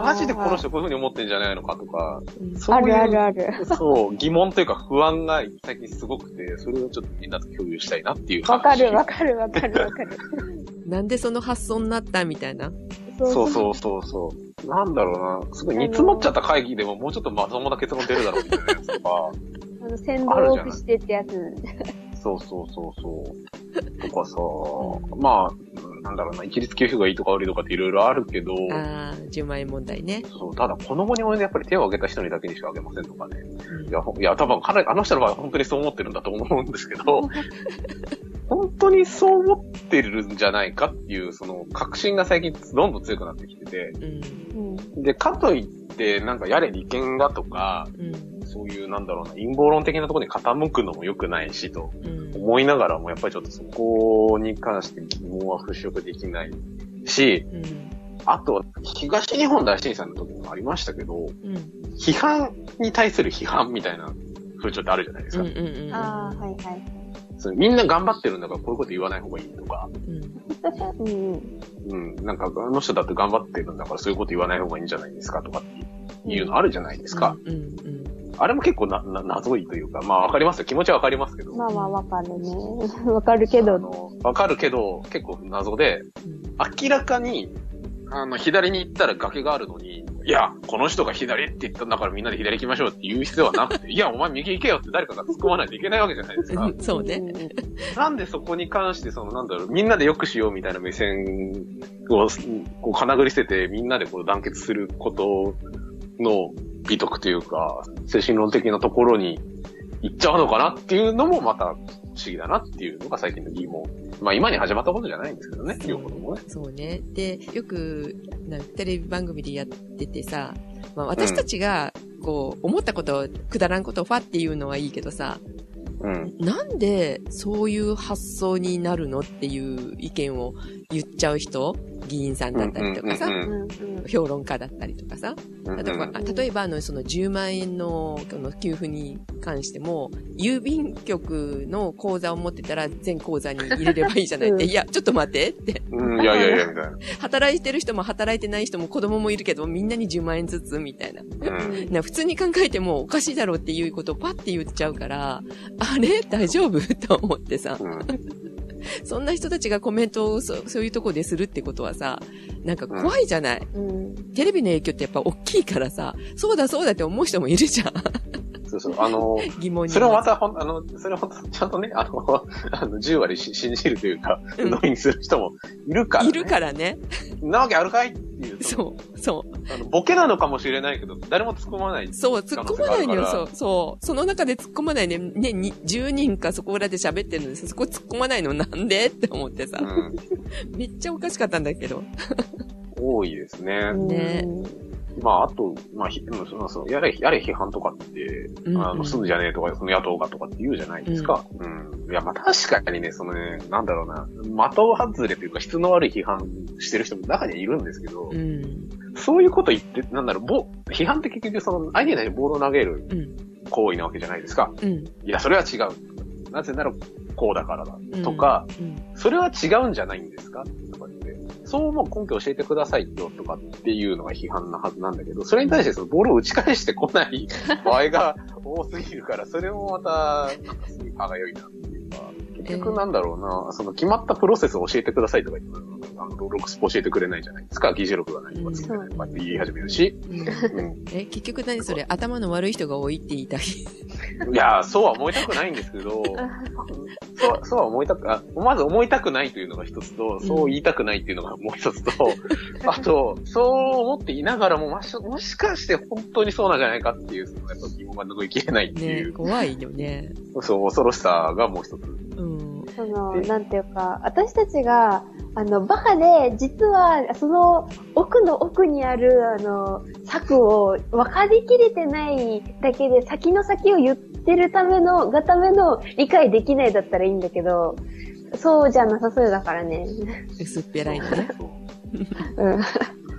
Speaker 2: ー
Speaker 3: マジでこの人こういうふうに思ってんじゃないのかとか、
Speaker 1: うん
Speaker 3: そ
Speaker 2: あ
Speaker 3: ういう
Speaker 2: るあるある。
Speaker 3: そう、疑問というか不安が最近すごくて、それをちょっとみんなと共有したいなっていう話。
Speaker 2: わかるわかるわかるわかる。
Speaker 1: なんでその発想になったみたいな。
Speaker 3: そうそうそうそう。なんだろうな、すごい煮詰まっちゃった会議でももうちょっとまともな結論出るだろうみたいなやつ とか、
Speaker 2: あの、先導を良くしてってやつ。
Speaker 3: そうそうそうそう。とかさ、まあ、うんなんだろうな、一律給付がいいとか悪いとかっていろいろあるけど、
Speaker 1: ああ、10万円問題ね。
Speaker 3: そう、ただ子供に応援でやっぱり手を挙げた人にだけにしかあげませんとかね。
Speaker 1: うん
Speaker 3: いや、ほいや、多分かなり、あの人の場合は本当にそう思ってるんだと思うんですけど、本当にそう思ってるんじゃないかっていう、その、確信が最近どんどん強くなってきてて、
Speaker 1: うん。
Speaker 2: うん。
Speaker 3: で、かといって、なんかやれ利権だとか、
Speaker 1: うん。
Speaker 3: そういうなんだろうな、陰謀論的なところに傾くのも良くないし、と
Speaker 1: うん。
Speaker 3: 思いながらも、やっぱりちょっとそこに関して疑問は払拭できないし、
Speaker 1: うん。
Speaker 3: あと、東日本大震災の時もありましたけど、
Speaker 1: うん。
Speaker 3: 批判に対する批判みたいな風潮ってあるじゃないです
Speaker 1: うん。
Speaker 3: か。
Speaker 1: うん。
Speaker 2: ああ、はいはい。
Speaker 3: そのみんな頑張ってるんだからこういうこと言わない方がいいとか、
Speaker 1: うん。
Speaker 2: うんうん。
Speaker 3: うん、なんかあの人だって頑張ってるんだからそういうこと言わない方がいいんじゃないですかとかっていうのあるじゃないですか。
Speaker 1: うん。うん。
Speaker 3: あれも結構な、な、謎いというか、まあわかりますよ。気持ちはわかりますけど。
Speaker 2: まあまあわかるね。 わかるけ
Speaker 3: あ
Speaker 2: ど。
Speaker 3: の、わかるけど、結構謎で、
Speaker 1: うん
Speaker 3: 明らかに、あの、左に行ったら崖があるのに、いや、この人が左って言ったんだからみんなで左行きましょうって言う必要はなくて、いや、お前右行けよって誰かが突っ込まないといけないわけじゃないですか。
Speaker 1: うん。そうね。
Speaker 3: なんでそこに関して、その、なんだろう、みんなで良くしようみたいな目線を、こう、かなぐり捨てて、みんなでこう、団結することの美徳というか、精神論的なところに行っちゃうのかなっていうのも、また、不思議だなっていうのが最近の疑問。まあ、今に始まったことじゃないんですけどね、両方ともね。
Speaker 1: そうね。で、よく、なんかテレビ番組でやっててさ、まあ私たちが、こう、思ったこと、くだらんことをファっていうのはいいけどさ、
Speaker 3: うん。
Speaker 1: なんでそういう発想になるのっていう意見を言っちゃう人、議員さんだったりとかさ、
Speaker 2: うんうん。
Speaker 1: 評論家だったりとかさ、
Speaker 3: うん
Speaker 1: 例えば、あ例えばあの、その10万円のこの給付に関しても、郵便局の口座を持ってたら全口座に入れればいいじゃないって、
Speaker 2: うん
Speaker 1: いや、ちょっと待ってって、
Speaker 3: うん、いやいやいや、みたいな。
Speaker 1: 働いてる人も働いてない人も子供もいるけど、みんなに10万円ずつみたいな。
Speaker 3: うん。
Speaker 1: な普通に考えてもおかしいだろうっていうことをパッて言っちゃうから、あれ大丈夫と思ってさ。
Speaker 3: うん
Speaker 1: そんな人たちがコメントをそそういうとこでするってことはさ、なんか怖いじゃない、
Speaker 2: うん。
Speaker 1: テレビの影響ってやっぱ大きいからさ、そうだそうだって思う人もいるじ ゃん。
Speaker 3: そうそう。あの、
Speaker 1: 疑問に。
Speaker 3: それをまたほん、あの、それをちゃんとね、あの、あの10割し信じるというか、
Speaker 1: うん
Speaker 3: ノリにする人もいるから、ね。
Speaker 1: いるからね。
Speaker 3: なわけあるかいっていう。
Speaker 1: そう、そう、
Speaker 3: あのボケなのかもしれないけど、誰も突っ込まない。
Speaker 1: そう、突っ込まないのよ、
Speaker 3: 可能性があるか
Speaker 1: そ
Speaker 3: ら
Speaker 1: う、そう。その中で突っ込まないね、ね、に10人かそこらで喋ってるのにさ、そこ突っ込まないのなんでって思ってさ
Speaker 3: う、ん。
Speaker 1: めっちゃおかしかったんだけど。
Speaker 3: 多いですね。
Speaker 1: ね
Speaker 3: まあ、あと、まあ、ひうんそうそうやれ、やれ批判とかって、
Speaker 1: うんうん
Speaker 3: あの、すんじゃねえとか、その野党がとかって言うじゃないですか。うん。いや、まあ確かにね、そのね、なんだろうな、的外れというか質の悪い批判してる人も中にはいるんですけど
Speaker 1: う、ん。
Speaker 3: そういうこと言って、なんだろう、ぼ、批判って結局その、相手に対してボールを投げる
Speaker 1: うん。
Speaker 3: 行為なわけじゃないですか。
Speaker 1: うん。
Speaker 3: いや、それは違う。なぜなら、こうだからだ。とか、
Speaker 1: うん。
Speaker 3: それは違うんじゃないんですかとかって。そう思う根拠を教えてくださいよとかっていうのが批判なはずなんだけど、それに対してそのボールを打ち返してこない場合が多すぎるから、それもまた、なんかすごい歯がゆいなっていうか、結局なんだろうな、その決まったプロセスを教えてくださいとか言っても、あの、ロロックスポ教えてくれないじゃないですか、議事録がないとかつけてないとかって言い始め るし、
Speaker 1: うん
Speaker 3: うん
Speaker 1: え、結局何それ頭の悪い人が多いって言いたい。
Speaker 3: いやー、そうは思いたくないんですけど、そう、そうは思いたく、あ、まず思いたくないというのが一つと、そう言いたくないっていうのがもう一つと、あと、そう思っていながらも、まし、もしかして本当にそうなんじゃないかっていう、そのやっぱ疑問が拭いきれないってい
Speaker 1: ね
Speaker 3: う、
Speaker 1: 怖いよね。
Speaker 3: そう、恐ろしさがもう一つ。
Speaker 1: うん。
Speaker 2: その、なんていうか、私たちが、あの、バカで、実は、その、奥の奥にある、あの、策を分かりきれてないだけで、先の先を言ってるための、がための理解できないだったらいいんだけど、そうじゃなさそうだからね。
Speaker 1: 薄っぺらいのね。
Speaker 3: そう
Speaker 2: うん。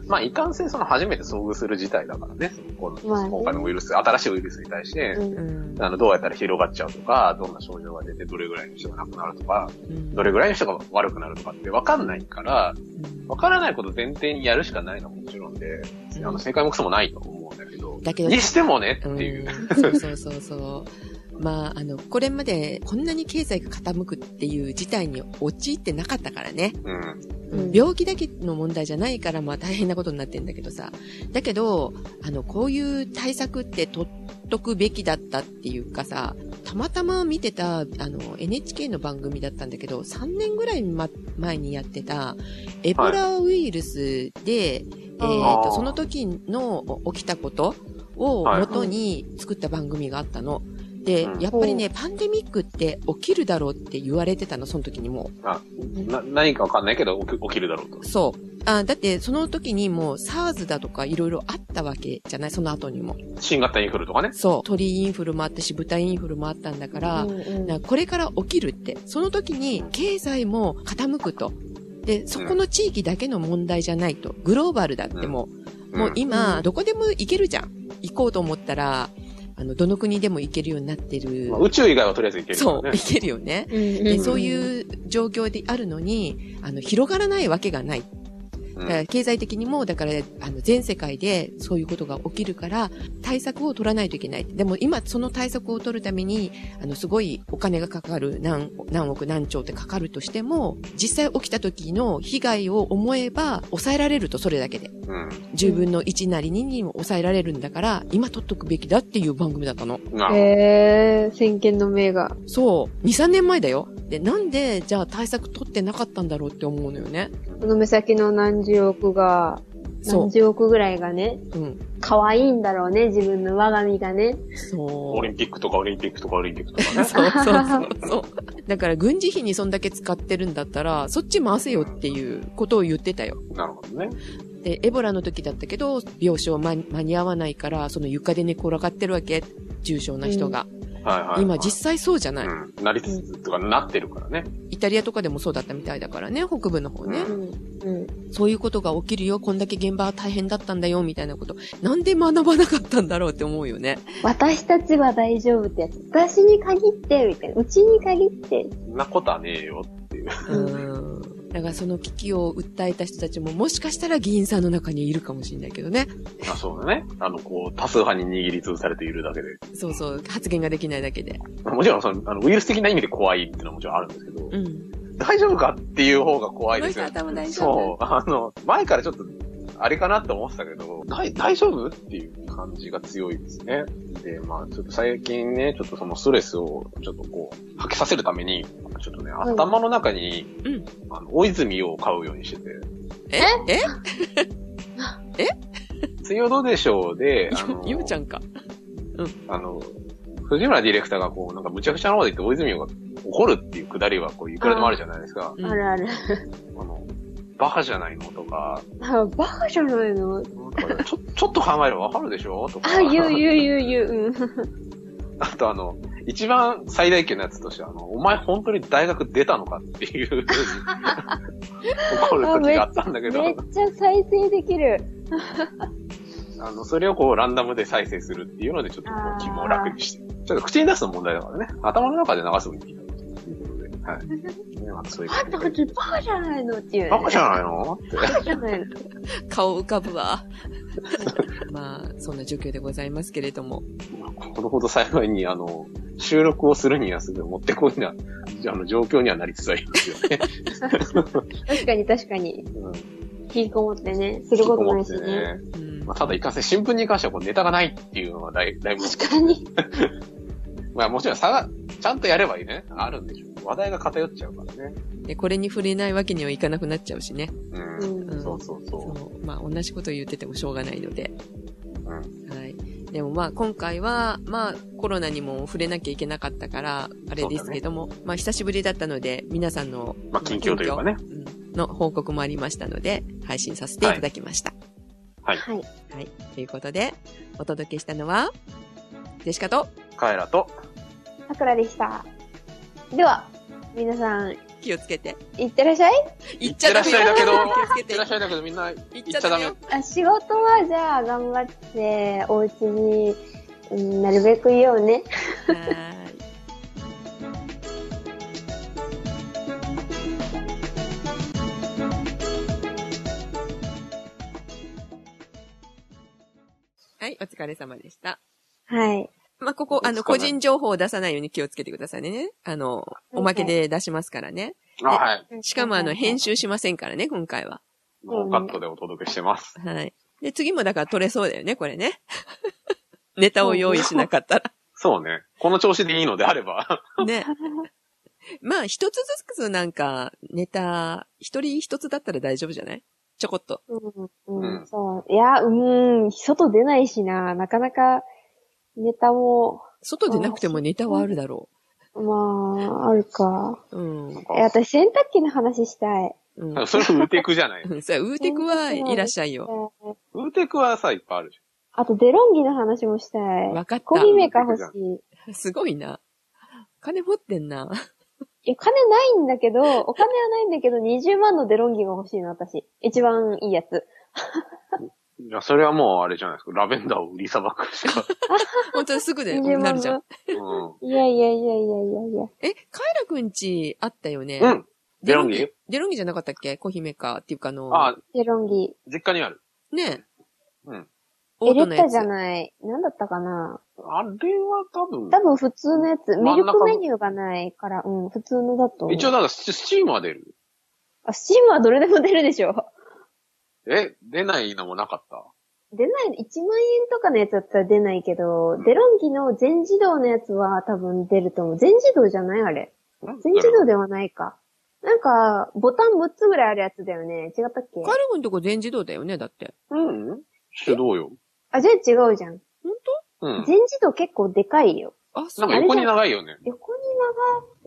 Speaker 3: まあ、いかんせんその初めて遭遇する事態だからね、そのこの
Speaker 2: まあね
Speaker 3: 今回のウイルス、新しいウイルスに対して、
Speaker 2: うん
Speaker 1: うん。
Speaker 3: あの、どうやったら広がっちゃうとか、どんな症状が出て、どれぐらいの人が亡くなるとか、どれぐらいの人が悪くなるとかって分かんないから、
Speaker 1: うん
Speaker 3: わからないことを前提にやるしかないのはもちろんで、あの、正解もクソもないと思うんだけど、
Speaker 1: だけど
Speaker 3: にしてもねっていう。
Speaker 1: うん、そうそうそうそう。まあ、あの、これまでこんなに経済が傾くっていう事態に陥ってなかったからね。
Speaker 3: うん。
Speaker 2: うん
Speaker 1: 病気だけの問題じゃないから、まあ大変なことになってんだけどさ。だけど、あの、こういう対策って取っとくべきだったっていうかさ、たまたま見てた、あの、NHK の番組だったんだけど、3年ぐらい、ま、前にやってた、エボラウイルスで、えー
Speaker 3: あ
Speaker 1: と、
Speaker 3: ー
Speaker 1: その時のお起きたことを元に作った番組があったの。で
Speaker 3: う、ん
Speaker 1: やっぱりね、パンデミックって起きるだろうって言われてたの、その時にもう。
Speaker 3: あな何かわかんないけど、起き起きるだろうと。
Speaker 1: そう。あだって、その時にもう SARS だとかいろいろあったわけじゃないその後にも。
Speaker 3: 新型インフルとかね。
Speaker 1: そう。鳥インフルもあったし、豚インフルもあったんだから、
Speaker 2: うん
Speaker 1: なこれから起きるって。その時に経済も傾くと。で、そこの地域だけの問題じゃないと。グローバルだってもう、もう今、
Speaker 2: うん
Speaker 1: どこでも行けるじゃん。行こうと思ったら、あの、どの国でも行けるようになってる。
Speaker 3: まあ宇宙以外はとりあえずいけるか
Speaker 1: そう、
Speaker 3: らね。
Speaker 1: 行けるよね。でそういう状況であるのに、あの、広がらないわけがない。だか
Speaker 3: う
Speaker 1: ら
Speaker 3: ん
Speaker 1: 経済的にも、だから、あの、全世界でそういうことが起きるから、対策を取らないといけない。でも今、その対策を取るために、あの、すごいお金がかかる、何、何億何兆ってかかるとしても、実際起きた時の被害を思えば、抑えられると、それだけで。
Speaker 3: うん
Speaker 1: 10分の1なり2にも抑えられるんだから、今取っとくべきだっていう番組だったの。
Speaker 3: なる
Speaker 2: へえ、先見の明が。
Speaker 1: そう。2、3年前だよ。で、なんで、じゃあ対策取ってなかったんだろうって思うのよね。
Speaker 2: この目先の何十億が、
Speaker 1: そ
Speaker 2: 何十億ぐらいがね、
Speaker 1: う。うん。
Speaker 2: 可愛いんだろうね、自分の我が身がね。
Speaker 1: そ
Speaker 3: ほ
Speaker 1: う
Speaker 3: ど。オ。リンピックとかオリンピックとかオリンピックとかね。
Speaker 1: そうそうそうそう。 だから軍事費にそんだけ使ってるんだったら、そっち回せよっていうことを言ってたよ。
Speaker 3: なるほどね。
Speaker 1: で、エボラの時だったけど、病床間間に合わないから、その床で寝転がってるわけ。重症な人が。
Speaker 3: はいはいはい。
Speaker 1: 今実際そうじゃない。
Speaker 3: うん。なりつつ、とかなってるからね。
Speaker 1: イタリアとかでもそうだったみたいだからね、北部の方ね
Speaker 3: う。ん
Speaker 2: うん。
Speaker 1: そういうことが起きるよ、こんだけ現場は大変だったんだよ、みたいなこと。なんで学ばなかったんだろうって思うよね。
Speaker 2: 私たちは大丈夫ってやつ。私に限って、みたいな。うちに限って。
Speaker 3: そんなことはねえよっていう。
Speaker 1: うん。だからその危機を訴えた人たちも、もしかしたら議員さんの中にいるかもしれないけどね。
Speaker 3: あ、そうだね。あの、こう、多数派に握りつぶされているだけで。
Speaker 1: そうそう、発言ができないだけで。
Speaker 3: もちろん、その、あの、ウイルス的な意味で怖いっていうのはもちろんあるんですけど、
Speaker 1: うん。
Speaker 3: 大丈夫かっていう方が怖いですよ
Speaker 1: この人頭大丈夫
Speaker 3: そう。あの、前からちょっと、あれかなって思ってたけど、大大丈夫っていう感じが強いですね。で、まあ、ちょっと最近ね、ちょっとそのストレスを、ちょっとこう、吐きさせるために、ちょっとね、頭の中に、
Speaker 1: うん
Speaker 3: あの、大泉洋を買うようにしてて、
Speaker 1: ええ
Speaker 3: 水曜どうでしょうで、あの
Speaker 1: ゆ、ゆうちゃんか。
Speaker 3: あの、藤村ディレクターがこう、なんか無茶苦茶なこと言って大泉洋が怒るっていうくだりは、こう、いくらでもあるじゃないですか。
Speaker 1: うん
Speaker 2: あるある。
Speaker 3: あの、バカじゃないのとか、
Speaker 2: あバカじゃないの
Speaker 3: なんかちょ、 ちょっと考えればわかるでしょとか。
Speaker 2: あ、言う言う言う言う。うん。
Speaker 3: あとあの、一番最大級のやつとして、あの、お前本当に大学出たのかっていうふうに 怒る時があったんだけど、
Speaker 2: めっちゃ再生できる。
Speaker 3: あの、それをこうランダムで再生するっていうので、ちょっとこう気も楽にして。ちょっと口に出すの問題だからね。頭の中で流すのにいいということで、はい。 ね、またそういう
Speaker 2: あんた
Speaker 3: こと
Speaker 2: こっ
Speaker 3: で
Speaker 2: ちバカじゃないのっていう、ね。
Speaker 3: バカじゃないのって。
Speaker 2: バカじゃないの。
Speaker 1: 顔浮かぶわ。 まあ、そんな状況でございますけれども。
Speaker 3: まあこのほど幸いに、あの、収録をするにはすぐ持ってこいな、あの、状況にはなりつつありますよね。
Speaker 2: 確かに確かに。
Speaker 3: うん。
Speaker 2: 引きこもってね。することないしね。
Speaker 3: ね。
Speaker 1: うん
Speaker 3: まあ、ただ、いかんせん、新聞に関してはこうネタがないっていうのがだいだいぶ、
Speaker 2: 確かに。
Speaker 3: まあ、もちろん差が、ちゃんとやればいいね。あるんでしょうけど。話題が偏っちゃうからね。
Speaker 1: でこれに触れないわけにはいかなくなっちゃうしね。
Speaker 3: う
Speaker 2: うん
Speaker 1: うん
Speaker 3: ん。そうそう
Speaker 1: そ
Speaker 3: そう
Speaker 1: まあ、同じこと言っててもしょうがないので。
Speaker 3: う。うん。
Speaker 1: はい。でもまあ、今回は、まあ、コロナにも触れなきゃいけなかったから、あれですけども、まあ、久しぶりだったので、皆さんの、
Speaker 3: まあ、近況というかね。
Speaker 1: うんの報告もありましたので、配信させていただきました。
Speaker 3: はい
Speaker 2: はい。
Speaker 1: はい。ということで、お届けしたのは、ジェシカと、
Speaker 3: カエラと、
Speaker 2: さくらでした。では、皆さん、い
Speaker 1: 気をつけて。
Speaker 2: ってらっしゃい。
Speaker 1: 行っ
Speaker 3: いってらっしゃいだけど、い
Speaker 1: 気をつけ
Speaker 3: って
Speaker 1: て。
Speaker 3: らっしゃいだけど、みんな、い
Speaker 1: 行っちゃダメよ。
Speaker 2: あ仕事はじゃあ頑張って、お家に、うん、なるべくいようね。
Speaker 1: はーい。はい、お疲れ様でした。
Speaker 2: はい。
Speaker 1: まあ、ここ、あ
Speaker 3: お
Speaker 1: の、
Speaker 3: 疲れ
Speaker 1: 個人情報を出さないように気をつけてくださいね。あの、おまけで出しますからね。
Speaker 3: あ、はい。
Speaker 1: しかも、あの、編。集しませんからね、今回は。
Speaker 3: もうカットでお届けしてます。
Speaker 1: はい。で、次もだから取れそうだよね、これね。 ネタを用意しなかった
Speaker 3: そうね。この調子でいいのであれば。
Speaker 1: ら。 ね。まあ、一つずつなんか、ネタ、一人一つだったら大丈夫じゃないちょこっと。
Speaker 2: うん、う、
Speaker 3: うんん
Speaker 2: そう。いや、うん、外出ないしな、なかなか、ネタも、
Speaker 1: 外でなくてもネタはあるだろ
Speaker 2: まあ、あるか。
Speaker 1: う。うん。
Speaker 3: なん
Speaker 2: え、
Speaker 3: か
Speaker 2: 私、洗濯機の話したい。
Speaker 1: うん
Speaker 3: なんかそれウーテクじゃない。
Speaker 1: うん。さあ、ウーテクはいらっしゃいよ。
Speaker 3: ウーテクはさ、いっぱいあるじ
Speaker 2: あと、デロンギの話もしたい。
Speaker 1: わかっ
Speaker 2: コーヒーメーカー欲しい。
Speaker 1: た。すごいな。金持ってん な。
Speaker 2: いや、金ないんだけど、お金はないんだけど、20万のデロンギが欲しいの、私。一番いいやつ。
Speaker 3: ゃん。いや、それはもうあれじゃないですか。ラベンダーを売りさばくしか。
Speaker 1: 本当にすぐで、
Speaker 2: 20
Speaker 1: な
Speaker 2: 万
Speaker 1: るじゃん
Speaker 2: の。。
Speaker 3: うん。
Speaker 2: いやいやいやいやいやいや。
Speaker 1: え、カエラくんちあったよね。
Speaker 3: うん。デロンギ
Speaker 1: デロンギじゃなかったっけコーヒーメーカーっていうかあの、
Speaker 3: あ、
Speaker 2: デロンギ。
Speaker 3: 実家にある。
Speaker 1: ね
Speaker 3: うん。
Speaker 1: オ
Speaker 2: エ
Speaker 1: ー
Speaker 2: レ
Speaker 1: トの
Speaker 2: ッタ
Speaker 1: や
Speaker 2: じ
Speaker 1: つ
Speaker 2: ゃ。ない。なんだったかな
Speaker 3: あれは多分、
Speaker 2: 多分普通のやつ。ミ
Speaker 3: 真ん中の
Speaker 2: ルクメニューがないから、うん、普通のだと思う。
Speaker 3: 一応なんかススチームは出る。
Speaker 2: あ、スチームはどれでも出るでしょ。
Speaker 3: え、出ないのもなかった。
Speaker 2: 出ない、1万円とかのやつだったら出ないけど、デロンギの全自動のやつは多分出ると思う。全自動じゃないあれ。全自動ではないか。なんか、ボタン6つぐらいあるやつだよね。違ったっ
Speaker 1: カ
Speaker 2: け
Speaker 1: エラくんとこ全自動だよね、だって。
Speaker 3: うんうん手動よ。
Speaker 2: あ、じゃあ違うじゃん。
Speaker 3: うん。
Speaker 2: 全自動結構でかいよ。
Speaker 1: あ、そ
Speaker 3: な
Speaker 1: うん
Speaker 3: か横に長いよね。
Speaker 2: 横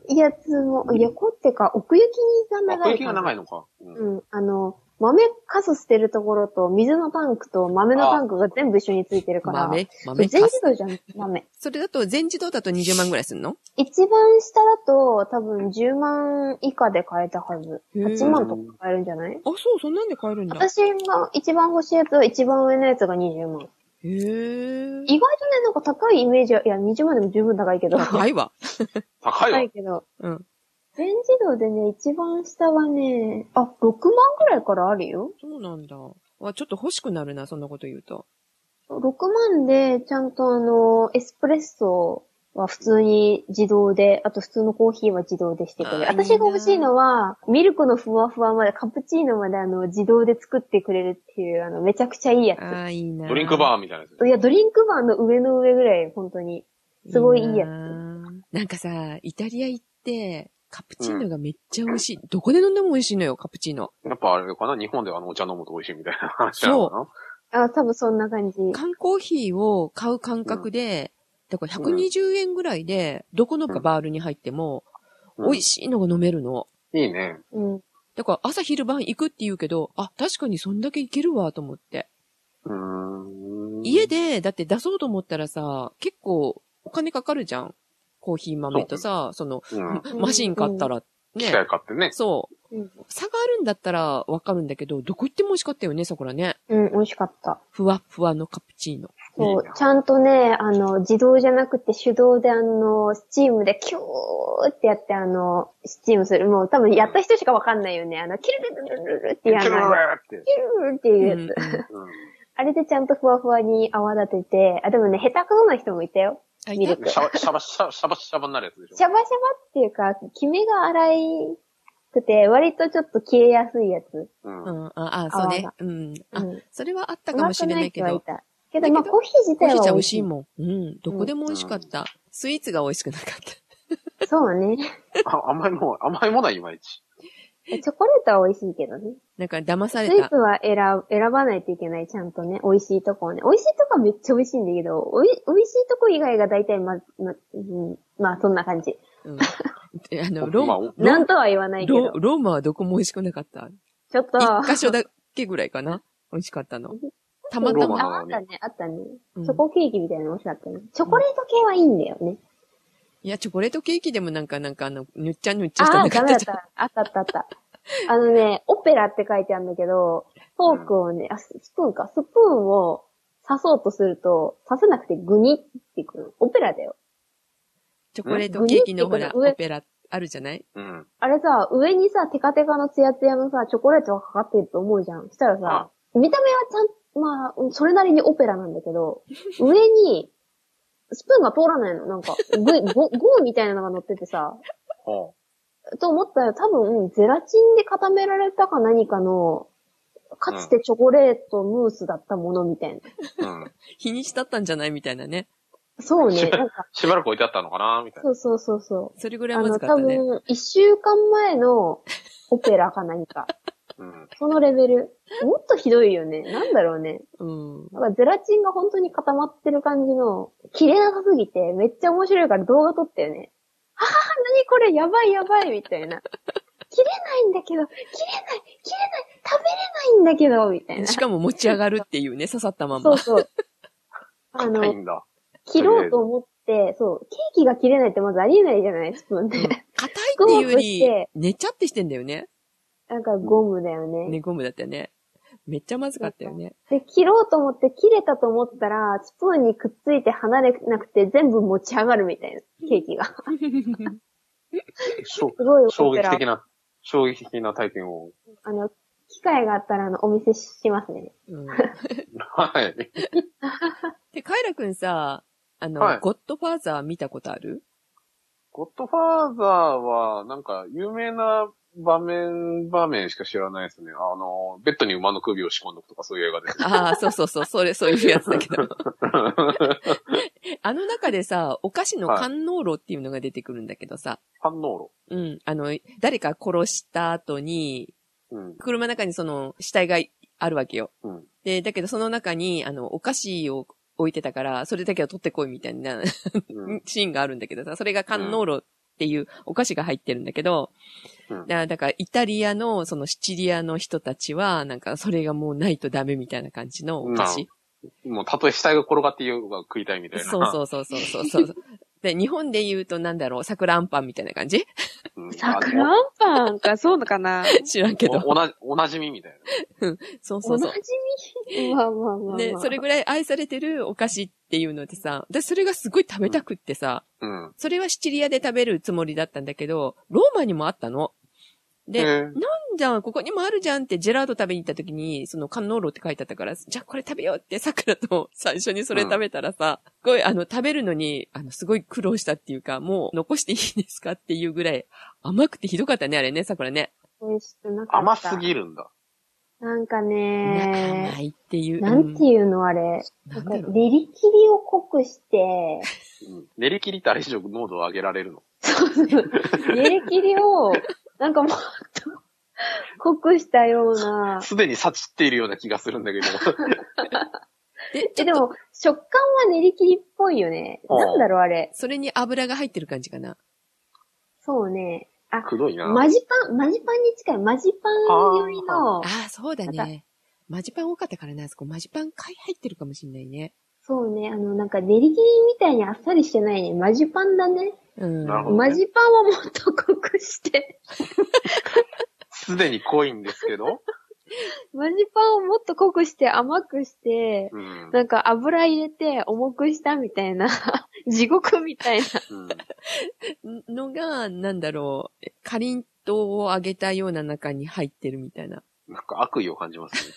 Speaker 2: に長いやつも、横ってか、奥行きが
Speaker 3: あ、
Speaker 2: 長
Speaker 3: 小
Speaker 2: い
Speaker 3: 雪
Speaker 2: か
Speaker 3: が
Speaker 2: な。
Speaker 3: 長いのか。うん
Speaker 2: うん、あの、豆かす捨てるところと、水のタンクと豆のタンクが全部一緒についてるから。
Speaker 1: 豆
Speaker 2: そう
Speaker 1: 豆
Speaker 2: 全
Speaker 1: か
Speaker 2: 自動じゃん、豆。
Speaker 1: それだと、全自動だと20万ぐらいすんの
Speaker 2: 一番下だと、多分10万以下で買えたはず。
Speaker 1: へー
Speaker 2: 8万とか買えるんじゃない
Speaker 1: あ、そう、そんなんで買えるんだ。
Speaker 2: 私が一番欲しいやつは一番上のやつが20万。
Speaker 1: へえ。
Speaker 2: 意外とね、なんか高いイメージは、いや、20万でも十分高 いけど。
Speaker 1: 高いわ。
Speaker 3: 高い
Speaker 2: 高
Speaker 3: わ
Speaker 2: い。けど。
Speaker 1: うん。
Speaker 2: 全自動でね、一番下はね、あ、6万ぐらいからあるよ。
Speaker 1: そうなんだ。わ、ちょっと欲しくなるな、そんなこと言うと。
Speaker 2: 6万で、ちゃんとあの、エスプレッソは普通に自動で、あと普通のコーヒーは自動でしてくれる。
Speaker 1: あーいいな
Speaker 2: 私が欲しいのは、ミルクのふわふわまで、カプチーノまであの、自動で作ってくれるっていう、あの、めちゃくちゃいいや
Speaker 1: ああ、いいな。
Speaker 3: ドリンクバーみたいなやつ。
Speaker 2: つ。いや、ドリンクバーの上の上ぐらい、本当に。すごいいいやつ
Speaker 1: な。なんかさ、イタリア行って、カプチーノがめっちゃ美味しい。どこで飲んでも美味しいのよ、カプチーノ。
Speaker 3: やっぱあれかな日本ではあのお茶飲むと美味しいみたいな話なのかな
Speaker 2: あ、多分そんな感じ。
Speaker 1: 缶コーヒーを買う感覚で、だから120円ぐらいで、どこのかバールに入っても、
Speaker 3: うん
Speaker 1: 美味しいのが飲めるの。
Speaker 3: いいね。
Speaker 2: うん。
Speaker 1: だから朝昼晩行くって言うけど、あ、確かにそんだけいけるわ、と思って。
Speaker 3: うーん。
Speaker 1: 家で、だって出そうと思ったらさ、結構お金かかるじゃん。コーヒー豆とさ、その、
Speaker 3: うん。
Speaker 1: マシン買ったら、
Speaker 3: 機
Speaker 1: ね。
Speaker 3: 械買ってね。
Speaker 1: そう
Speaker 2: うん。
Speaker 1: 差があるんだったらわかるんだけど、どこ行っても美味しかったよね、さくらね。
Speaker 2: うん、美味しかった。
Speaker 1: ふわっふわのカプチーノ。
Speaker 3: いい
Speaker 2: そう
Speaker 3: ね、
Speaker 2: ちゃんとね、あの、自動じゃなくて手動であの、スチームでキューってやってあの、スチームする。もう多分やった人しかわかんないよね。あの、キュルルルルルルって
Speaker 3: キュ
Speaker 2: や
Speaker 3: ル
Speaker 2: る
Speaker 3: ルルル
Speaker 2: の。
Speaker 3: って。
Speaker 2: キュルルルっていうやつ。
Speaker 1: うんうん
Speaker 3: うん
Speaker 2: あれでちゃんとふわふわに泡立てて、あ、でもね、下手くそな人もいたよ。
Speaker 1: あ
Speaker 2: ミル
Speaker 1: い
Speaker 2: ク
Speaker 1: た
Speaker 3: シャバ、シャバ、シャバ、シャバシャバになるやつでしょ
Speaker 2: シャバシャバっていうか、キメが荒いくて、割とちょっと消えやすいやつ。
Speaker 3: うん
Speaker 1: うん、あ、あ、そうね。うん。
Speaker 2: う
Speaker 1: あ、
Speaker 2: ん。
Speaker 1: それはあったかもしれないけ
Speaker 2: うま
Speaker 1: ど
Speaker 2: く、ない人はいた。け
Speaker 1: だけ
Speaker 2: ど、
Speaker 1: ど
Speaker 2: まあ、コーヒー自
Speaker 1: コー
Speaker 2: 体
Speaker 1: ヒー
Speaker 2: は
Speaker 1: 茶美
Speaker 2: 美
Speaker 1: 味
Speaker 2: 味
Speaker 1: し
Speaker 2: し
Speaker 1: い
Speaker 2: い。
Speaker 1: もん。うん、どこでも美味しかった。スイーツが美味しくなかった。
Speaker 2: そうね。
Speaker 3: あ甘いもん、甘いものはいまいち。
Speaker 2: チョコレートは美味しいけどね。
Speaker 1: なんか騙さ
Speaker 2: ス
Speaker 1: れ
Speaker 2: イー
Speaker 1: た
Speaker 2: ツ。は選選ばないといけない、ちゃんとね。美味しいとこをね。美味しいとこはめっちゃ美味しいんだけど、おい美味しいとこ以外が大体ま、ま、うん、まあそんな感じ。
Speaker 1: うん。であの、ロー
Speaker 3: まあ
Speaker 1: マ、
Speaker 3: お
Speaker 2: なんとは言わないけ
Speaker 1: ロ
Speaker 2: ど。
Speaker 1: ローマはどこも美味しくなかった。
Speaker 2: ちょっと、
Speaker 1: 一箇所だけぐらいかな。美味しかったの。たまた
Speaker 3: ローマ
Speaker 1: ま。
Speaker 2: あ、あったね、あったね。
Speaker 1: うん
Speaker 2: チョコケーキみたいなの美味しかったね。チョコレート系はいいんだよね。
Speaker 1: いや、チョコレートケーキでもなんか、なんかあの、ぬっちゃぬっちゃした
Speaker 2: ああ
Speaker 1: な
Speaker 2: ー、
Speaker 1: か
Speaker 2: ダ
Speaker 1: っ
Speaker 2: メ
Speaker 1: た
Speaker 2: だっ
Speaker 1: じゃん。
Speaker 2: た。あったあったあった。あのね、オペラって書いてあるんだけど、フォークをね、あ、ススプーンか。スプーンを刺そうとすると、刺せなくてグニってくる。オペラだよ。
Speaker 1: チョコレートケーキのほら、
Speaker 2: うん
Speaker 1: オペラあるじゃない
Speaker 3: うん。
Speaker 2: あれさ、上にさ、テカテカのツヤツヤのさ、チョコレートがかかってると思うじゃん。したらさ、見た目はちゃん、まあ、うんそれなりにオペラなんだけど、上に、スプーンが通らないの。なんか、グ、 ゴ、ゴーみたいなのが乗っててさ、
Speaker 3: ほ
Speaker 2: と思ったら多分、ゼラチンで固められたか何かの、かつてチョコレートムースだったものみたいな。
Speaker 3: う。うん。
Speaker 1: 日にち経ったんじゃないみたいなね。
Speaker 2: そ うね。なんか、
Speaker 3: しばらく置いてあったのかなみたいな。
Speaker 2: そうそうそうそ
Speaker 1: それぐ
Speaker 2: う。
Speaker 1: らい
Speaker 2: あ
Speaker 1: まず
Speaker 2: の、
Speaker 1: か
Speaker 2: 多
Speaker 1: ったね。
Speaker 2: 分、一週間前のオペラか何か。
Speaker 3: うん。
Speaker 2: そのレベル。もっとひどいよね。なんだろうね。
Speaker 1: うん。
Speaker 2: なんかゼラチンが本当に固まってる感じの、綺麗なさすぎて、めっちゃ面白いから動画撮ったよね。ははは、なにこれ、やばいやばい、みたいな。切れないんだけど、切れない、切れない、食べれないんだけど、み たいな。
Speaker 1: しかも持ち上がるっていうね、刺さったまん
Speaker 2: そ
Speaker 1: ま
Speaker 2: う。そう。あ
Speaker 3: 高い
Speaker 2: の、
Speaker 3: んだ。
Speaker 2: 切ろうと思って、そう、ケーキが切れないってまずありえないじゃない、スプーンで。
Speaker 1: 硬いっていうより
Speaker 2: ゴムって、
Speaker 1: 寝ちゃってしてんだよね。
Speaker 2: なんかゴムだよ
Speaker 1: ね、ゴムだったよね。めっちゃまずかったよね。
Speaker 2: で、切ろうと思って切れたと思ったら、スプーンにくっついて離れなくて全部持ち上がるみたいな、ケーキが。
Speaker 3: しょ
Speaker 2: すごい
Speaker 3: 衝
Speaker 2: オペ
Speaker 3: 撃
Speaker 2: ラ。
Speaker 3: 的な、衝撃的な体験を。
Speaker 2: あの、機会があったら、あの、お見せしますね。
Speaker 1: うん。
Speaker 3: はい。
Speaker 1: で、カイラくんさ、あの、
Speaker 3: はい
Speaker 1: ゴッドファーザー見たことある
Speaker 3: ゴッドファーザーは、なんか、有名な場面、場面しか知らないですね。あの、ベッドに馬の首を仕込んどくとかそういう映画です。
Speaker 1: ああ、そうそうそう、それ、そういうやつだけど。あの中でさ、お菓子の観能炉っていうのが出てくるんだけどさ、
Speaker 3: 反応
Speaker 1: うん、あの、誰か殺した後に、
Speaker 3: 炉。うん。
Speaker 1: 車の中にその死体があるわけよ。
Speaker 3: うん。
Speaker 1: で、だけどその中に、あの、お菓子を置いてたから、それだけは取ってこいみたいな
Speaker 3: うん。
Speaker 1: シーンがあるんだけどさ、それがカンノーロっていうお菓子が入ってるんだけど、
Speaker 3: うん
Speaker 1: だだからイタリアのそのシチリアの人たちは、なんかそれがもうないとダメみたいな感じのお菓子。
Speaker 3: もう、たとえ死体が転がっていようが食いたいみたいな。
Speaker 1: そうそうそうそうそう そう。で、日本で言うとなんだろう、桜あんパンみたいな感 じ
Speaker 3: うん。
Speaker 2: 桜あんパンか、そうか な。
Speaker 1: 知らんけ
Speaker 3: あのお
Speaker 1: ど。
Speaker 3: おな、おなじみみたい
Speaker 1: そうそ
Speaker 2: お
Speaker 1: うそ
Speaker 2: な
Speaker 1: う。
Speaker 2: じみ。まあまあまあ、まあ。
Speaker 1: で、それぐらい愛されてるお菓子っていうのでさ、で、それがすごい食べたくってさ、
Speaker 3: な。うん。
Speaker 1: それはシチリアで食べるつもりだったんだけど、ローマにもあったの。で、
Speaker 3: えー
Speaker 1: じゃあ、ここにもあるじゃんって、ジェラード食べに行った時に、その、カンノーロって書いてあったから、じゃあこれ食べようって、桜と最初にそれ食べたらさ、すごい、あの、食べるのに、あの、すごい苦労したっていうか、もう、残していいですかっていうぐらい、甘くてひどかったね、あれね、桜ね。
Speaker 2: 美味しくなかった。
Speaker 3: 甘すぎるんだ。
Speaker 2: なんか
Speaker 1: な甘
Speaker 2: ね、
Speaker 1: いっていう。
Speaker 2: なんて
Speaker 1: う
Speaker 2: いうのあれ。
Speaker 1: んなん
Speaker 2: な
Speaker 1: ん
Speaker 2: か、
Speaker 1: だ
Speaker 2: 練
Speaker 1: ろう。
Speaker 2: り切りを濃くして、
Speaker 3: うん練り切りってあれ以上濃度を上げられるの。
Speaker 2: 練り切りを、なんかもっと濃くしたような。
Speaker 3: すでに察知っているような気がするんだけど。
Speaker 1: で、ち
Speaker 2: え、
Speaker 1: ょ
Speaker 2: で
Speaker 1: っと、
Speaker 2: も、食感は練り切りっぽいよね。
Speaker 3: ああ
Speaker 2: なんだろう、あれ。
Speaker 1: それに油が入ってる感じかな。
Speaker 2: そうね。あ、
Speaker 3: くどいな。
Speaker 2: マジパン、マジパンに近い。マジパン寄りの、
Speaker 1: ああ、そうだ
Speaker 2: ま
Speaker 1: ね。マジパン多かったからな、あそこ。マジパン買い入ってるかもしんないね。
Speaker 2: そうね。あの、なんか練り切りみたいにあっさりしてないね。マジパンだね。
Speaker 1: うん。
Speaker 3: なるほどね
Speaker 2: マジパンはもっと濃くして、
Speaker 3: すでに濃いんですけど。
Speaker 2: マジパンをもっと濃くして甘くして、
Speaker 3: うん。
Speaker 2: なんか油入れて重くしたみたいな、 地獄みたいな。
Speaker 3: うん
Speaker 1: のが、なんだろう、かりんとうを揚げたような中に入ってるみたいな。
Speaker 3: なんか悪意を感じますね。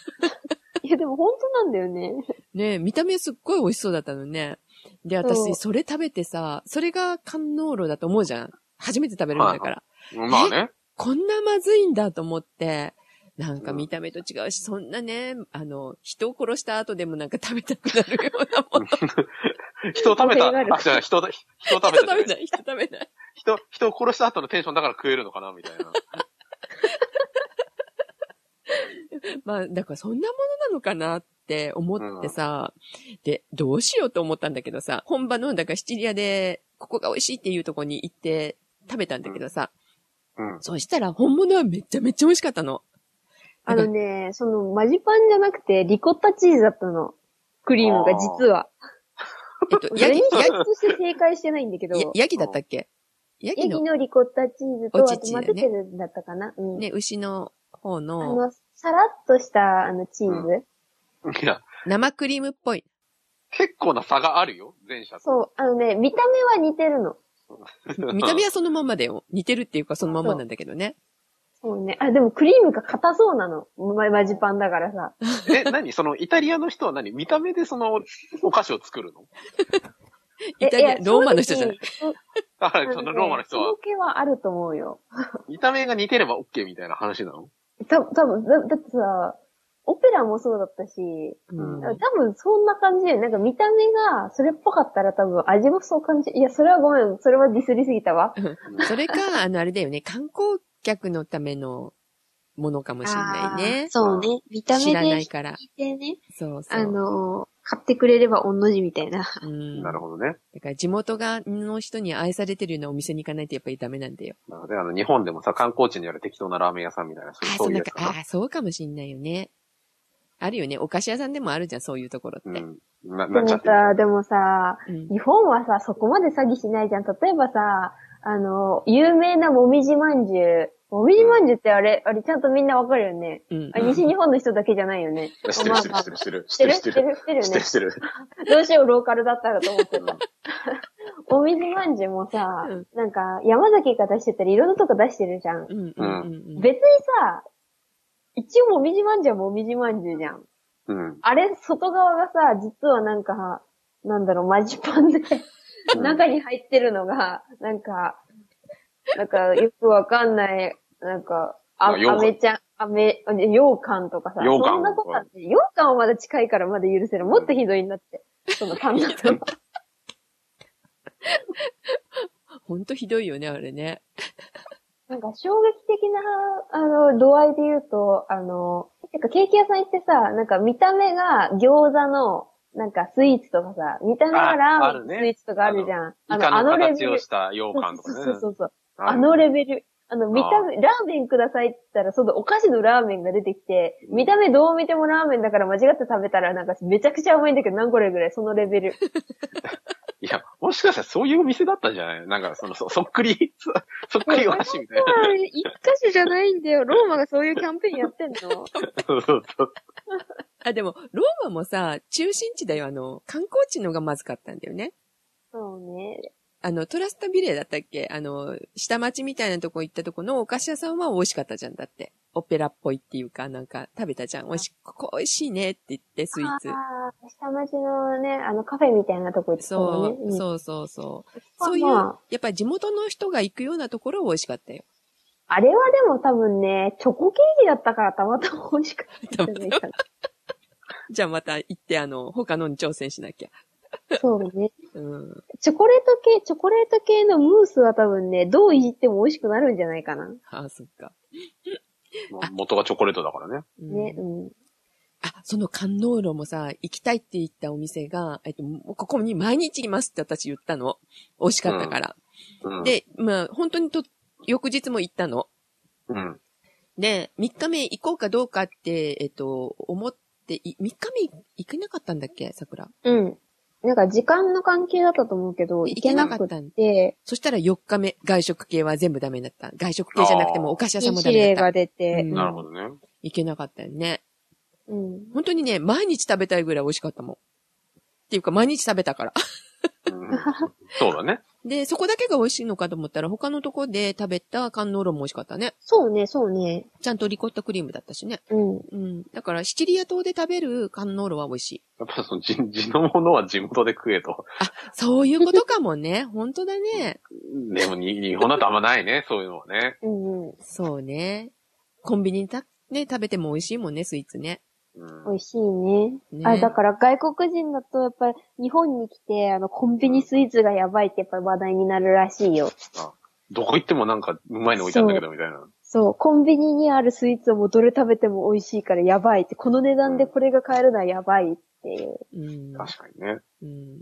Speaker 2: いや、でも本当なんだよね。
Speaker 1: ねえ見た目すっごい美味しそうだったのね。で、
Speaker 2: そう
Speaker 1: 私、それ食べてさ、それが観音炉だと思うじゃん。初めて食べるんだから。
Speaker 3: まあね。
Speaker 1: こんなまずいんだと思って、なんか見た目と違うし、そんなね、あの、人を殺した後でもなんか食べたくなるようなもの。
Speaker 3: 人を食べた、
Speaker 2: 手軽
Speaker 3: あ、じゃあ人だ、人を食
Speaker 1: 人
Speaker 3: べたじゃ
Speaker 1: 食
Speaker 3: な
Speaker 1: べ。
Speaker 3: い
Speaker 1: ない、人食べない。
Speaker 3: 人、人を殺した後のテンションだから食えるのかなみたいな。
Speaker 1: まあ、だからそんなものなのかなって思ってさ、で、どうしようと思ったんだけどさ、本場の、だからシチリアで、ここが美味しいっていうとこに行って食べたんだけどさ、
Speaker 3: うん。
Speaker 1: そしたら本物はめちゃめちゃ美味しかったの。
Speaker 2: あのね、その、マジパンじゃなくて、リコッタチーズだったの。クリームが実は。
Speaker 1: えっ と、
Speaker 2: そ
Speaker 1: ヤ
Speaker 2: れ
Speaker 1: ギ、
Speaker 2: に
Speaker 1: ヤ
Speaker 2: 一つして正解してないんだけど、
Speaker 1: ギ、ヤギだったっけヤ
Speaker 2: ヤ
Speaker 1: ギ
Speaker 2: ギ
Speaker 1: の、
Speaker 2: のリコッタチーズ
Speaker 1: お
Speaker 2: と、あ
Speaker 1: 乳
Speaker 2: とマ
Speaker 1: だ
Speaker 2: テ
Speaker 1: よ
Speaker 2: テ
Speaker 1: ね
Speaker 2: ルだったかな。うん。
Speaker 1: ね、牛の方
Speaker 2: あ
Speaker 1: の
Speaker 2: の、さらっとした、あの、チーズ。
Speaker 3: いや、
Speaker 1: 生クリームっぽい。
Speaker 3: 結構な差があるよ、前者と。
Speaker 2: そう、あのね、見た目は似てるの。
Speaker 1: 見た目はそのまんまだよ。似てるっていうかそのまんまなんだけどね。
Speaker 2: そうね。あ、でもクリームが硬そうなの。ママジパンだからさ。
Speaker 3: え、何その、イタリアの人は何見た目でその、お菓子を作るの
Speaker 1: イタリア、ローマの人じゃない。
Speaker 2: いや。正
Speaker 3: だか
Speaker 2: 直
Speaker 3: ら、そのローマの人
Speaker 2: あね
Speaker 3: は
Speaker 2: そ、系はあると思うよ。
Speaker 3: 見た目が似てれば OK みたいな話なの
Speaker 2: た、多分だ、だってさ、オペラもそうだったし、
Speaker 1: うん
Speaker 2: 多分そんな感じで、なんか見た目がそれっぽかったら多分味もそう感じ、いや、それはごめん、それはディスりすぎたわ。
Speaker 1: それか、あの、あれだよね。観光客のためのものかもしれないね。
Speaker 2: そうね。見た目
Speaker 1: 知らな
Speaker 2: で
Speaker 1: いから。
Speaker 2: 聞いてね、
Speaker 1: そうそう。
Speaker 2: あの、買ってくれればおんの字みたいな。
Speaker 1: うん。
Speaker 3: なる
Speaker 1: ほど。
Speaker 3: ほどね。
Speaker 1: だから地元が、の人に愛されてるようなお店に行かないとやっぱりダメなんだよ。
Speaker 3: なので、あの、日本でもさ、観光地にある適当なラーメン屋さんみたいな、そう
Speaker 1: あ
Speaker 3: い
Speaker 1: あ、
Speaker 3: う
Speaker 1: そ
Speaker 3: そうういう
Speaker 1: なん
Speaker 3: やつ
Speaker 1: か、
Speaker 3: か
Speaker 1: ああ、そうかもしんないよね。あるよね。お菓子屋さんでもあるじゃん、そういうところっ
Speaker 3: な。
Speaker 1: て。
Speaker 3: うん。な、
Speaker 2: で
Speaker 3: なっ
Speaker 2: も
Speaker 3: ちゃって
Speaker 2: さ、でもさ、
Speaker 1: うん
Speaker 2: 日本はさ、そこまで詐欺しないじゃん。例えばさ、あの、有名なもみじまんじゅう。もみじまんじゅうってあれ、あれちゃんとみんなわかるよね。
Speaker 1: うん
Speaker 2: あ、。西日本の人だけじゃないよね。
Speaker 3: る。知ってる、知ってる、知ってる、
Speaker 2: 知
Speaker 3: 知
Speaker 2: っ
Speaker 3: ってて
Speaker 2: る
Speaker 3: る、
Speaker 2: 知
Speaker 3: 知
Speaker 2: っ
Speaker 3: ってて
Speaker 2: る
Speaker 3: る、
Speaker 2: 知ってるよね
Speaker 3: 知ってる、。知ってる。
Speaker 2: どうしよう、ローカルだったらと 思って
Speaker 3: う
Speaker 2: た
Speaker 3: ん。
Speaker 2: お水まんじゅうもさ、
Speaker 1: うん
Speaker 2: なんか、山崎が出してたり、いろんなとこ出してるじゃん。
Speaker 1: うん。うん。うん。
Speaker 2: 別にさ、一応もみじまんじゅうはもみじまんじゅうじゃん。
Speaker 3: うん。
Speaker 2: あれ、外側がさ、実はなんか、なんだろう、マジパンで、
Speaker 3: うん
Speaker 2: 中に入ってるのが、なんか、なんか、よくわかんない、なんか、あ、
Speaker 3: まあ羊羹
Speaker 2: あめちゃん、あめ、あ羊羹とかさ、
Speaker 3: 羊羹
Speaker 2: そんなことあって、羊羹はまだ近いからまだ許せる。もっとひどいんだって。そ のパンだと。
Speaker 1: ほんとひどいよね、あれね。
Speaker 2: なんか衝撃的な、あの、度合いで言うと、あの、なんかケーキ屋さん行ってさ、なんか見た目が餃子の、なんかスイーツとかさ、見た目が
Speaker 3: あ
Speaker 2: ラ
Speaker 3: あ
Speaker 2: ー
Speaker 3: る
Speaker 2: メンのス
Speaker 3: ね
Speaker 2: イーツとかあるじゃん。
Speaker 3: イカの形をし
Speaker 2: そ
Speaker 3: た羊
Speaker 2: う
Speaker 3: 羹とかね。
Speaker 2: そうそうそう。
Speaker 3: は
Speaker 2: あ
Speaker 3: い
Speaker 2: のレベル。あの、見た目、ラーメンくださいって言ったら、そのお菓子のラーメンが出てきて、見た目どう見てもラーメンだから間違って食べたら、なんかめちゃくちゃ甘いんだけど、何これぐらい、そのレベ ル。
Speaker 3: いや、もしかしたらそういうお店だったんじゃないなんか、その、そそっくり、そそっくりお箸みたいな。
Speaker 2: 一箇所じゃないんだよ。ローマがそういうキャンペーンやってんの
Speaker 3: そうそうそう。
Speaker 1: あ、でも、ローマもさ、中心地だよ。あの、観光地のがまずかったんだよね。
Speaker 2: そうね。
Speaker 1: あの、トラスタビレーだったっけあの、下町みたいなとこ行ったとこのお菓子屋さんは美味しかったじゃん。だって、オペラっぽいっていうか、なんか食べたじゃん。美味し、ここ美味しいねって言って、スイーツ。
Speaker 2: あー下町のね、あのカフェみたいなとこ行ってたもん
Speaker 1: そ
Speaker 2: ね。
Speaker 1: う、
Speaker 2: う。
Speaker 1: そうそうそう。
Speaker 2: まあ
Speaker 1: そういう、や
Speaker 2: ま
Speaker 1: っぱり地元の人が行くようなところは美味しかったよ。
Speaker 2: あれはでも多分ね、チョコケーキだったからたまたま美味しかったんじゃないかな。
Speaker 1: じゃあまた行って、あの、他のに挑戦しなきゃ。
Speaker 2: そうね。
Speaker 1: うん。
Speaker 2: チョコレート系、チョコレート系のムースは多分ね、どういじっても美味しくなるんじゃないかな。
Speaker 1: ああ、そっか。
Speaker 3: まあ元がチョコレートだからね。
Speaker 1: うん
Speaker 2: ね、うん。
Speaker 1: あ、その感動路もさ、行きたいって言ったお店が、えっと、もうここに毎日行きますって私言ったの。美味しかったから。
Speaker 3: うん。、
Speaker 1: で、まあ、本当にと、翌日も行ったの。
Speaker 3: うん。
Speaker 1: で、3日目行こうかどうかって、えっと、思って、い3日目行けなかったんだっけ、桜。
Speaker 2: うん。なんか時間の関係だったと思うけど、
Speaker 1: 行
Speaker 2: 行
Speaker 1: け
Speaker 2: け
Speaker 1: な
Speaker 2: な
Speaker 1: かっ
Speaker 2: く
Speaker 1: たん
Speaker 2: て、
Speaker 1: そしたら4日目、外食系は全部ダメだった。外食系じゃなくてもお菓子屋さんもダ
Speaker 2: 指令
Speaker 1: メだ
Speaker 2: が
Speaker 1: った。
Speaker 2: 出て、
Speaker 1: うん
Speaker 3: なるほどね。
Speaker 1: 行けなかったよね。
Speaker 2: うん。
Speaker 1: 本当にね、毎日食べたいぐらい美味しかったもん。っていうか、毎日食べたから。
Speaker 3: うん、そうだね。
Speaker 1: で、そこだけが美味しいのかと思ったら、他のとこで食べた観音論も美味しかったね。
Speaker 2: そうね、そうね。
Speaker 1: ちゃんとリコッタクリームだったしね。
Speaker 2: うん。
Speaker 1: うん。だから、シチリア島で食べる観音論は美味しい。
Speaker 3: やっぱその地地のものは地元で食えと。
Speaker 1: そういうことかもね。 本当だね。
Speaker 3: でもに日本だとあんまないね、そういうのはね。
Speaker 2: うんうん。
Speaker 1: そうね。コンビニた、ね、食べても美味しいもんね、スイーツね。
Speaker 3: うん
Speaker 2: 美味しいね。
Speaker 1: ね
Speaker 2: あ、だから外国人だとやっぱり日本に来て、あの、コンビニスイーツがやばいってやっぱり話題になるらしいよ。
Speaker 3: どこ行ってもなんかうまいの置いたんだけどみたいな。
Speaker 2: そう、コンビニにあるスイーツをもうどれ食べても美味しいからやばいって、この値段でこれが買えるのはやばいっていう。
Speaker 1: うん。
Speaker 3: 確かにね。
Speaker 1: うん。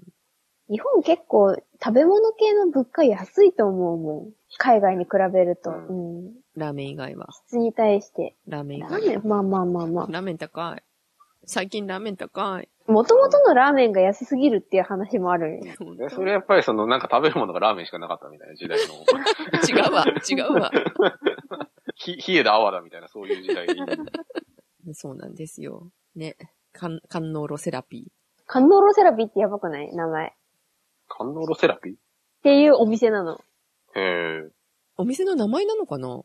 Speaker 2: 日本結構食べ物系の物価安いと思うもん。海外に比べると。
Speaker 3: う
Speaker 2: うん。
Speaker 1: ラーメン以外は。
Speaker 2: 質に対して。
Speaker 1: ラーメン以
Speaker 2: ラ
Speaker 1: 外
Speaker 2: ーメン、まあまあまあま
Speaker 1: ラーメン高い。最近ラーメン高い。
Speaker 2: あ。もともとのラーメンが安すぎるっていう話もあるよね。
Speaker 1: 本
Speaker 3: でそ
Speaker 1: 当
Speaker 3: れやっぱりそのなんか食べるものがラーメンしかなかったみたいな時代の。
Speaker 1: 違うわ、違うわ。
Speaker 3: ひ冷えだ泡だみたいなそういう時代に。
Speaker 1: そうなんですよ。ね。観観音ロセラピー。
Speaker 2: カンノロセラピーってやばくない名前。っ
Speaker 3: 感動ロセラピ
Speaker 2: ていうお店なの。
Speaker 3: ーへえ。
Speaker 1: お店の名前なのかな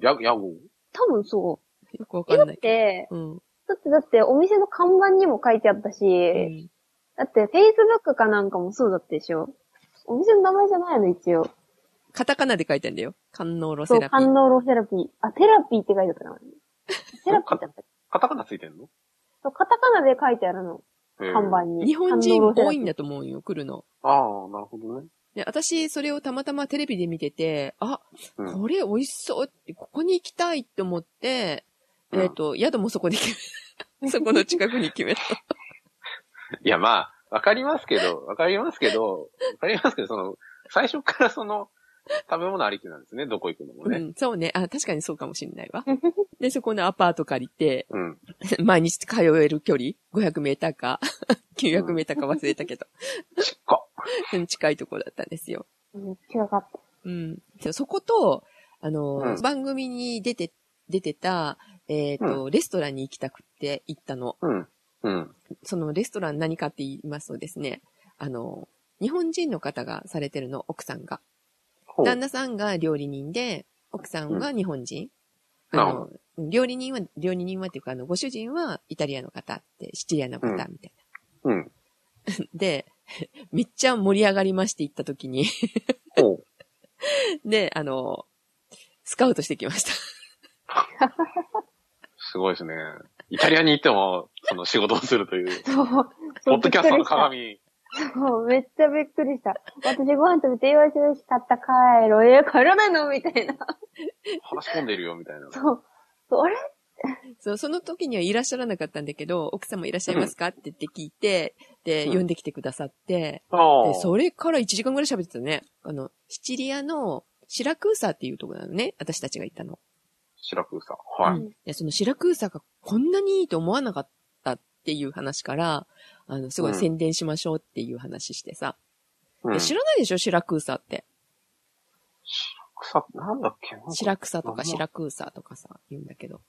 Speaker 3: や、やご
Speaker 2: 多分そ
Speaker 1: よくわ
Speaker 2: う。え、
Speaker 1: か
Speaker 2: だ
Speaker 1: んな
Speaker 2: っ
Speaker 1: いけど。
Speaker 2: て、
Speaker 1: うん。
Speaker 2: だってだってお店の看板にも書いてあったし、
Speaker 1: うん
Speaker 2: だって Facebook かなんかもそうだったでしょお店の名前じゃないの一応。
Speaker 1: カタカナで書いてんだよ。観音ロ
Speaker 2: そ
Speaker 1: セ
Speaker 2: う、
Speaker 1: ラピ
Speaker 2: 感
Speaker 1: ー。
Speaker 2: 動ロセラピー。あ、テラピーって書いて あったな。テラピーだった。
Speaker 3: カタカナついてんの
Speaker 2: そう、カタカナで書いてあるの。
Speaker 3: へえ
Speaker 2: 看板に。
Speaker 1: 日本人多いん
Speaker 2: だ。
Speaker 1: だと思うよ、来るの。
Speaker 3: ああ、なるほどね。
Speaker 1: で、私、それをたまたまテレビで見てて、あ、
Speaker 3: うん
Speaker 1: これ美味しそうって、ここに行きたいって思って、
Speaker 3: うん
Speaker 1: えっ、と、宿もそこで決め、そこの近くに決めた。
Speaker 3: いや、まあ、わかりますけど、わかりますけど、わかりますけど、その、最初からその、食べ物ありきなんですね、どこ行くのも
Speaker 1: う
Speaker 3: ね。
Speaker 1: ん、そうね。あ、確かにそうかもしれないわ。で、そこのアパート借りて、
Speaker 3: うん。
Speaker 1: 毎日通える距離、500メーターか、900メーターか忘れたけど、
Speaker 3: ちっこ。
Speaker 1: うん近いとこだったんですよ。
Speaker 2: うん違かった。
Speaker 1: うん。でそこと、あの、
Speaker 3: うん
Speaker 1: 番組に出て、出てた、えっ、と、レストランに行きたくって行ったの。
Speaker 3: うん。うん。
Speaker 1: そのレストラン何かって言いますとですね、あの、日本人の方がされてるの、奥さんが。
Speaker 3: ほう。
Speaker 1: 旦那さんが料理人で、奥さんが日本人。
Speaker 3: うん
Speaker 1: あの、料理人は、料理人はっていうか、あの、ご主人はイタリアの方って、シチリアの方みたいな。
Speaker 3: うん。
Speaker 1: で、めっちゃ盛り上がりまして行った時に、
Speaker 3: ほう。
Speaker 1: で、あの、スカウトしてきました。
Speaker 3: すごいですね。イタリアに行っても、その仕事をするという、
Speaker 2: そう。
Speaker 3: ポッドキャストの
Speaker 2: びっ
Speaker 3: 鏡。
Speaker 2: くりした。そう、めっちゃびっくりした。私ご飯食べて、よしよし、買った帰ろう。え、帰らないのみたいな。
Speaker 3: 話し込んでるよ、みたいな。
Speaker 2: そう。そうあれ
Speaker 1: そう、その時にはいらっしゃらなかったんだけど、奥様いらっしゃいますかって言って聞いて、で、
Speaker 3: う
Speaker 1: 呼
Speaker 3: ん
Speaker 1: んできてくださって、
Speaker 3: あ
Speaker 1: で、それから1時間ぐらい喋ってたね。あの、シチリアのシラクーサっていうところなのね。私たちが行ったの。
Speaker 3: 白くさ。は
Speaker 1: う
Speaker 3: い。
Speaker 1: んで、そのシラクーサがこんなにいいと思わなかったっていう話から、あの、すごい
Speaker 3: うん
Speaker 1: 宣伝しましょうっていう話してさ。
Speaker 3: うん
Speaker 1: で知らないでしょシラクーサって。
Speaker 3: 草、なんだっけなんか
Speaker 1: シラクサとか
Speaker 3: 名前
Speaker 1: シラクーサとかさ、言うんだけど。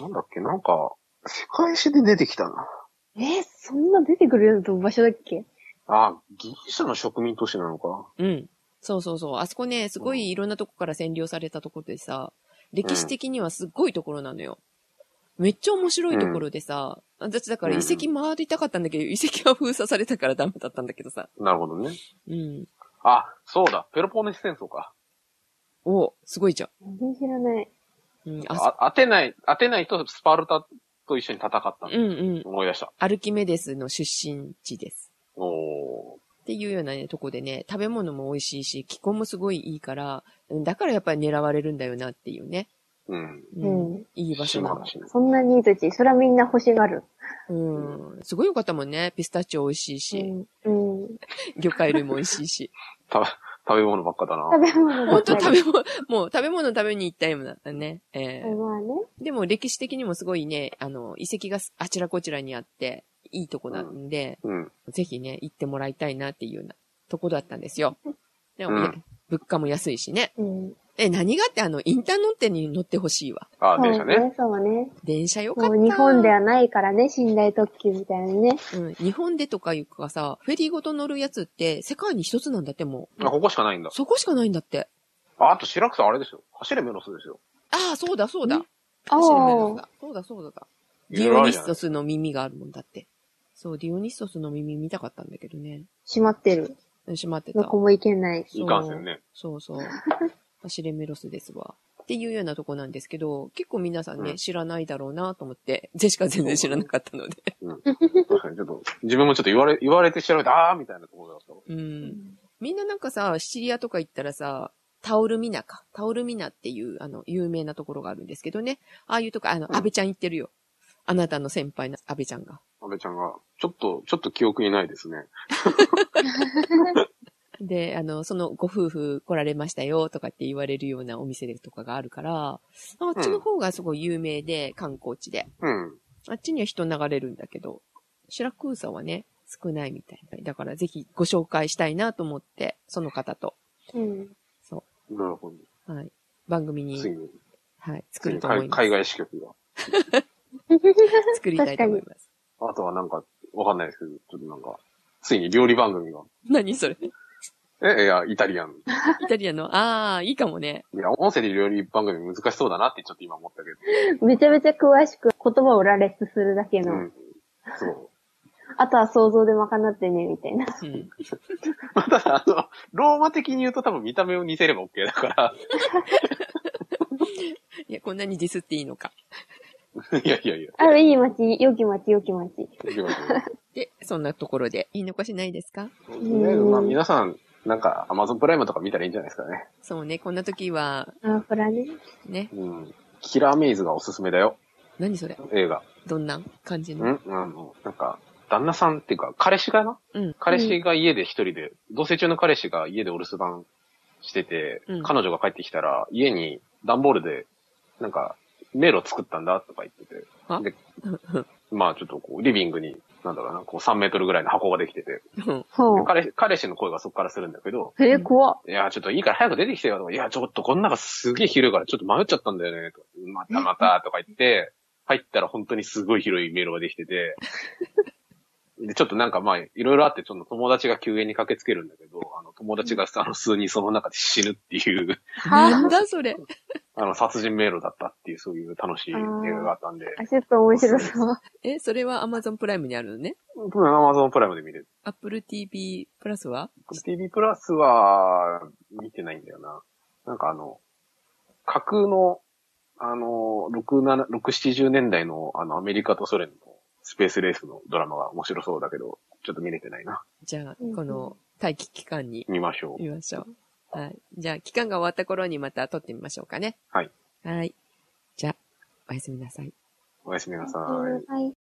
Speaker 3: なんだっけなんか、世界史で出てきたな。
Speaker 2: え、そんな出てくるような場所だっけ
Speaker 3: あ、ギリシャの植民都市なのか
Speaker 1: うん。そうそうそう。あそこね、すごいいろんなとこから占領されたところでさ、歴史的にはすごいところなのよ。めっちゃ面白いところでさ、私だから遺跡回りたかったんだけど、遺跡は封鎖されたからダメだったんだけどさ。
Speaker 3: なるほどね。
Speaker 1: うん。
Speaker 3: あ、そうだ。ペロポネス戦争か。
Speaker 1: おすごいじゃん。
Speaker 2: 全然知らない。
Speaker 1: うん、あそ
Speaker 3: あアテナイ、アテナイとスパルタと一緒に戦ったの
Speaker 1: うんうん。
Speaker 3: 思い出した。
Speaker 1: アルキメデスの出身地です。
Speaker 3: おー。
Speaker 1: っていうようなね、とこでね、食べ物も美味しいし、気候もすごいいいから、うんだからやっぱり狙われるんだよなっていうね。
Speaker 3: うん。
Speaker 1: うん。
Speaker 2: うん
Speaker 1: いい場所なの。
Speaker 3: 島だしね
Speaker 2: そんなにいい土地、それはみんな欲しがる。
Speaker 1: うん。すごいよかったもんね。ピスタチオ美味しいし、
Speaker 2: うん。うん
Speaker 1: 魚介類も美味しいし。
Speaker 3: 食べ、食べ物ばっかだな。
Speaker 2: 食べ物
Speaker 1: ほんと食べ
Speaker 2: べ
Speaker 1: 物、もう食べ物食べに行ったようなね。えー
Speaker 2: まあね。
Speaker 1: でも歴史的にもすごいね、あの、遺跡があちらこちらにあって、いいとこなんで、
Speaker 3: うん。
Speaker 1: ぜひね、行ってもらいたいなっていうようなとこだったんですよ。でも、
Speaker 3: うん
Speaker 1: や物価も安いしね。
Speaker 2: うん。
Speaker 1: え、何がってあの、インター乗ってに乗ってほしいわ。
Speaker 3: あー、
Speaker 2: そう
Speaker 3: 電車ね。
Speaker 2: ね。そうね。
Speaker 1: 電車よかった。
Speaker 2: もう日本ではないからね、寝台特急みたいなね。
Speaker 1: うん、日本でとかいうかさ、フェリーごと乗るやつって世界に一つなんだってもう。
Speaker 3: あ、ここしかないんだ。
Speaker 1: そこしかないんだって。
Speaker 3: あ、あと白草あれですよ。走れメロスですよ。
Speaker 1: ああ、そうだそうだ。
Speaker 2: あ
Speaker 1: 知らないやつ
Speaker 2: ー
Speaker 1: だそうだそうだだ。
Speaker 3: い
Speaker 1: デ
Speaker 3: ろ
Speaker 1: ィ
Speaker 3: いろ
Speaker 1: オ
Speaker 3: ある
Speaker 1: ニ
Speaker 3: じゃ
Speaker 1: ス
Speaker 3: ない
Speaker 1: トスの耳があるもんだって。そう、ディオニストスの耳見たかったんだけどね。
Speaker 2: 閉まってる。
Speaker 1: うん閉まって
Speaker 2: ど
Speaker 1: た。
Speaker 2: こも行けない。
Speaker 1: そう
Speaker 3: いかんせんね。
Speaker 1: そうそう。 走れメロスですわ。っていうようなとこなんですけど、結構皆さんね、
Speaker 3: うん
Speaker 1: 知らないだろうなと思って、ジェシカ全然知らなかったので。
Speaker 3: 確かにちょっと、自分もちょっと言われ、言われて調べて、あーみたいなところだったわ。
Speaker 1: うん。みんななんかさ、シチリアとか行ったらさ、タオルミナか。タオルミナっていう、あの、有名なところがあるんですけどね。ああいうとこ、あの、
Speaker 3: うん
Speaker 1: 安倍ちゃん行ってるよ。あなたの先輩の安倍ちゃんが。
Speaker 3: 安倍ちゃんが、ちょっと、ちょっと記憶にないですね。
Speaker 1: で、あの、そのご夫婦来られましたよとかって言われるようなお店とかがあるから、あっちの方がすごい有名で、観光地で。
Speaker 3: うん。
Speaker 1: あっちには人流れるんだけど、シラクーサはね、少ないみたいな。だからぜひご紹介したいなと思って、その方と、
Speaker 2: うん。
Speaker 3: なるほど。
Speaker 1: はい、番組に
Speaker 3: つい、に、
Speaker 1: はい、作
Speaker 3: つい
Speaker 1: る
Speaker 3: に
Speaker 1: と思
Speaker 3: 海
Speaker 1: います
Speaker 3: 海。外支局が。
Speaker 1: 作りたいと思います。
Speaker 3: あとはなんか、わかんないですけど、ちょっとなんか、ついに料理番組が。
Speaker 1: 何それイ
Speaker 3: え、いや、イタリアン。
Speaker 1: タリアの、ああ、いいかもね。
Speaker 3: いや、音声で料理番組難しそうだなってちょっと今思ったけ
Speaker 2: めちゃめちゃ詳しく言葉を羅列するだけ
Speaker 3: ど。う
Speaker 2: の。
Speaker 3: ん。そう。
Speaker 2: あとは想像で賄ってね、みたいな。
Speaker 1: うん。
Speaker 3: まあ、ただ、あの、ローマ的に言うと多分見た目を似せれば OK だから、
Speaker 1: いや、こんなにディスっていいのか。
Speaker 3: いやいやいや。
Speaker 2: あるいい街、良き街、良き街。
Speaker 3: 行きましょう
Speaker 1: で、そんなところで、言い残しないですか
Speaker 3: そうですね。まあ、皆さん、なんか、アマゾンプライムとか見たらいいんじゃないですかね。
Speaker 1: そうね、こんな時は、
Speaker 2: あ、これはね。
Speaker 1: ね、
Speaker 3: うん。キラーメイズがおすすめだよ。
Speaker 1: 何それ
Speaker 3: 映画。
Speaker 1: どんな感じ
Speaker 3: うん
Speaker 1: の
Speaker 3: あの、なんか、旦那さんっていうか、彼氏かな
Speaker 1: うん。
Speaker 3: 彼氏が家で一人で、同棲中の彼氏が家でお留守番してて、
Speaker 1: うん
Speaker 3: 彼女が帰ってきたら、家に段ボールで、なんか、迷路作ったんだとか言ってて
Speaker 1: あ、
Speaker 3: で、まあちょっとこう、リビングに、なんだろうな、こう3メートルぐらいの箱ができてて、
Speaker 1: うん
Speaker 2: ほう。
Speaker 3: 彼氏彼氏の声がそこからするんだけど、
Speaker 2: え、怖っ。
Speaker 3: いや、ちょっといいから早く出てきてよとか、いや、ちょっとこの中すげえ広いからちょっと迷っちゃったんだよね、とか、またまた、とか言って、入ったら本当にすごい広い迷路ができてて、で、ちょっとなんかまあ、いろいろあって、ちょっと友達が救援に駆けつけるんだけど、あの、友達があの、数人その中で死ぬっていう、
Speaker 1: なんだそれ。
Speaker 3: あの、殺人迷路だったっていう、そういう楽しい映画があったんで、
Speaker 2: あ、ちょっと面白そう。
Speaker 1: え、それは Amazon プライムにあるのね。
Speaker 3: うんアマゾンプライムで見れる。
Speaker 1: Apple TV プラスは
Speaker 3: TV プラスは、見てないんだよな。なんかあの、架空の、あの、6、7、6、70年代の、あの、アメリカとソ連のスペースレースのドラマが面白そうだけど、ちょっと見れてないな。
Speaker 1: じゃあ
Speaker 2: うんう、ん
Speaker 1: この待機期間に
Speaker 3: 見ましょう。
Speaker 1: 見ましょう。はい。じゃあ、期間が終わった頃にまた撮ってみましょうかね。
Speaker 3: はい。
Speaker 1: はい。じゃあ、おやすみなさい。
Speaker 3: おやすみなさい。
Speaker 2: はい。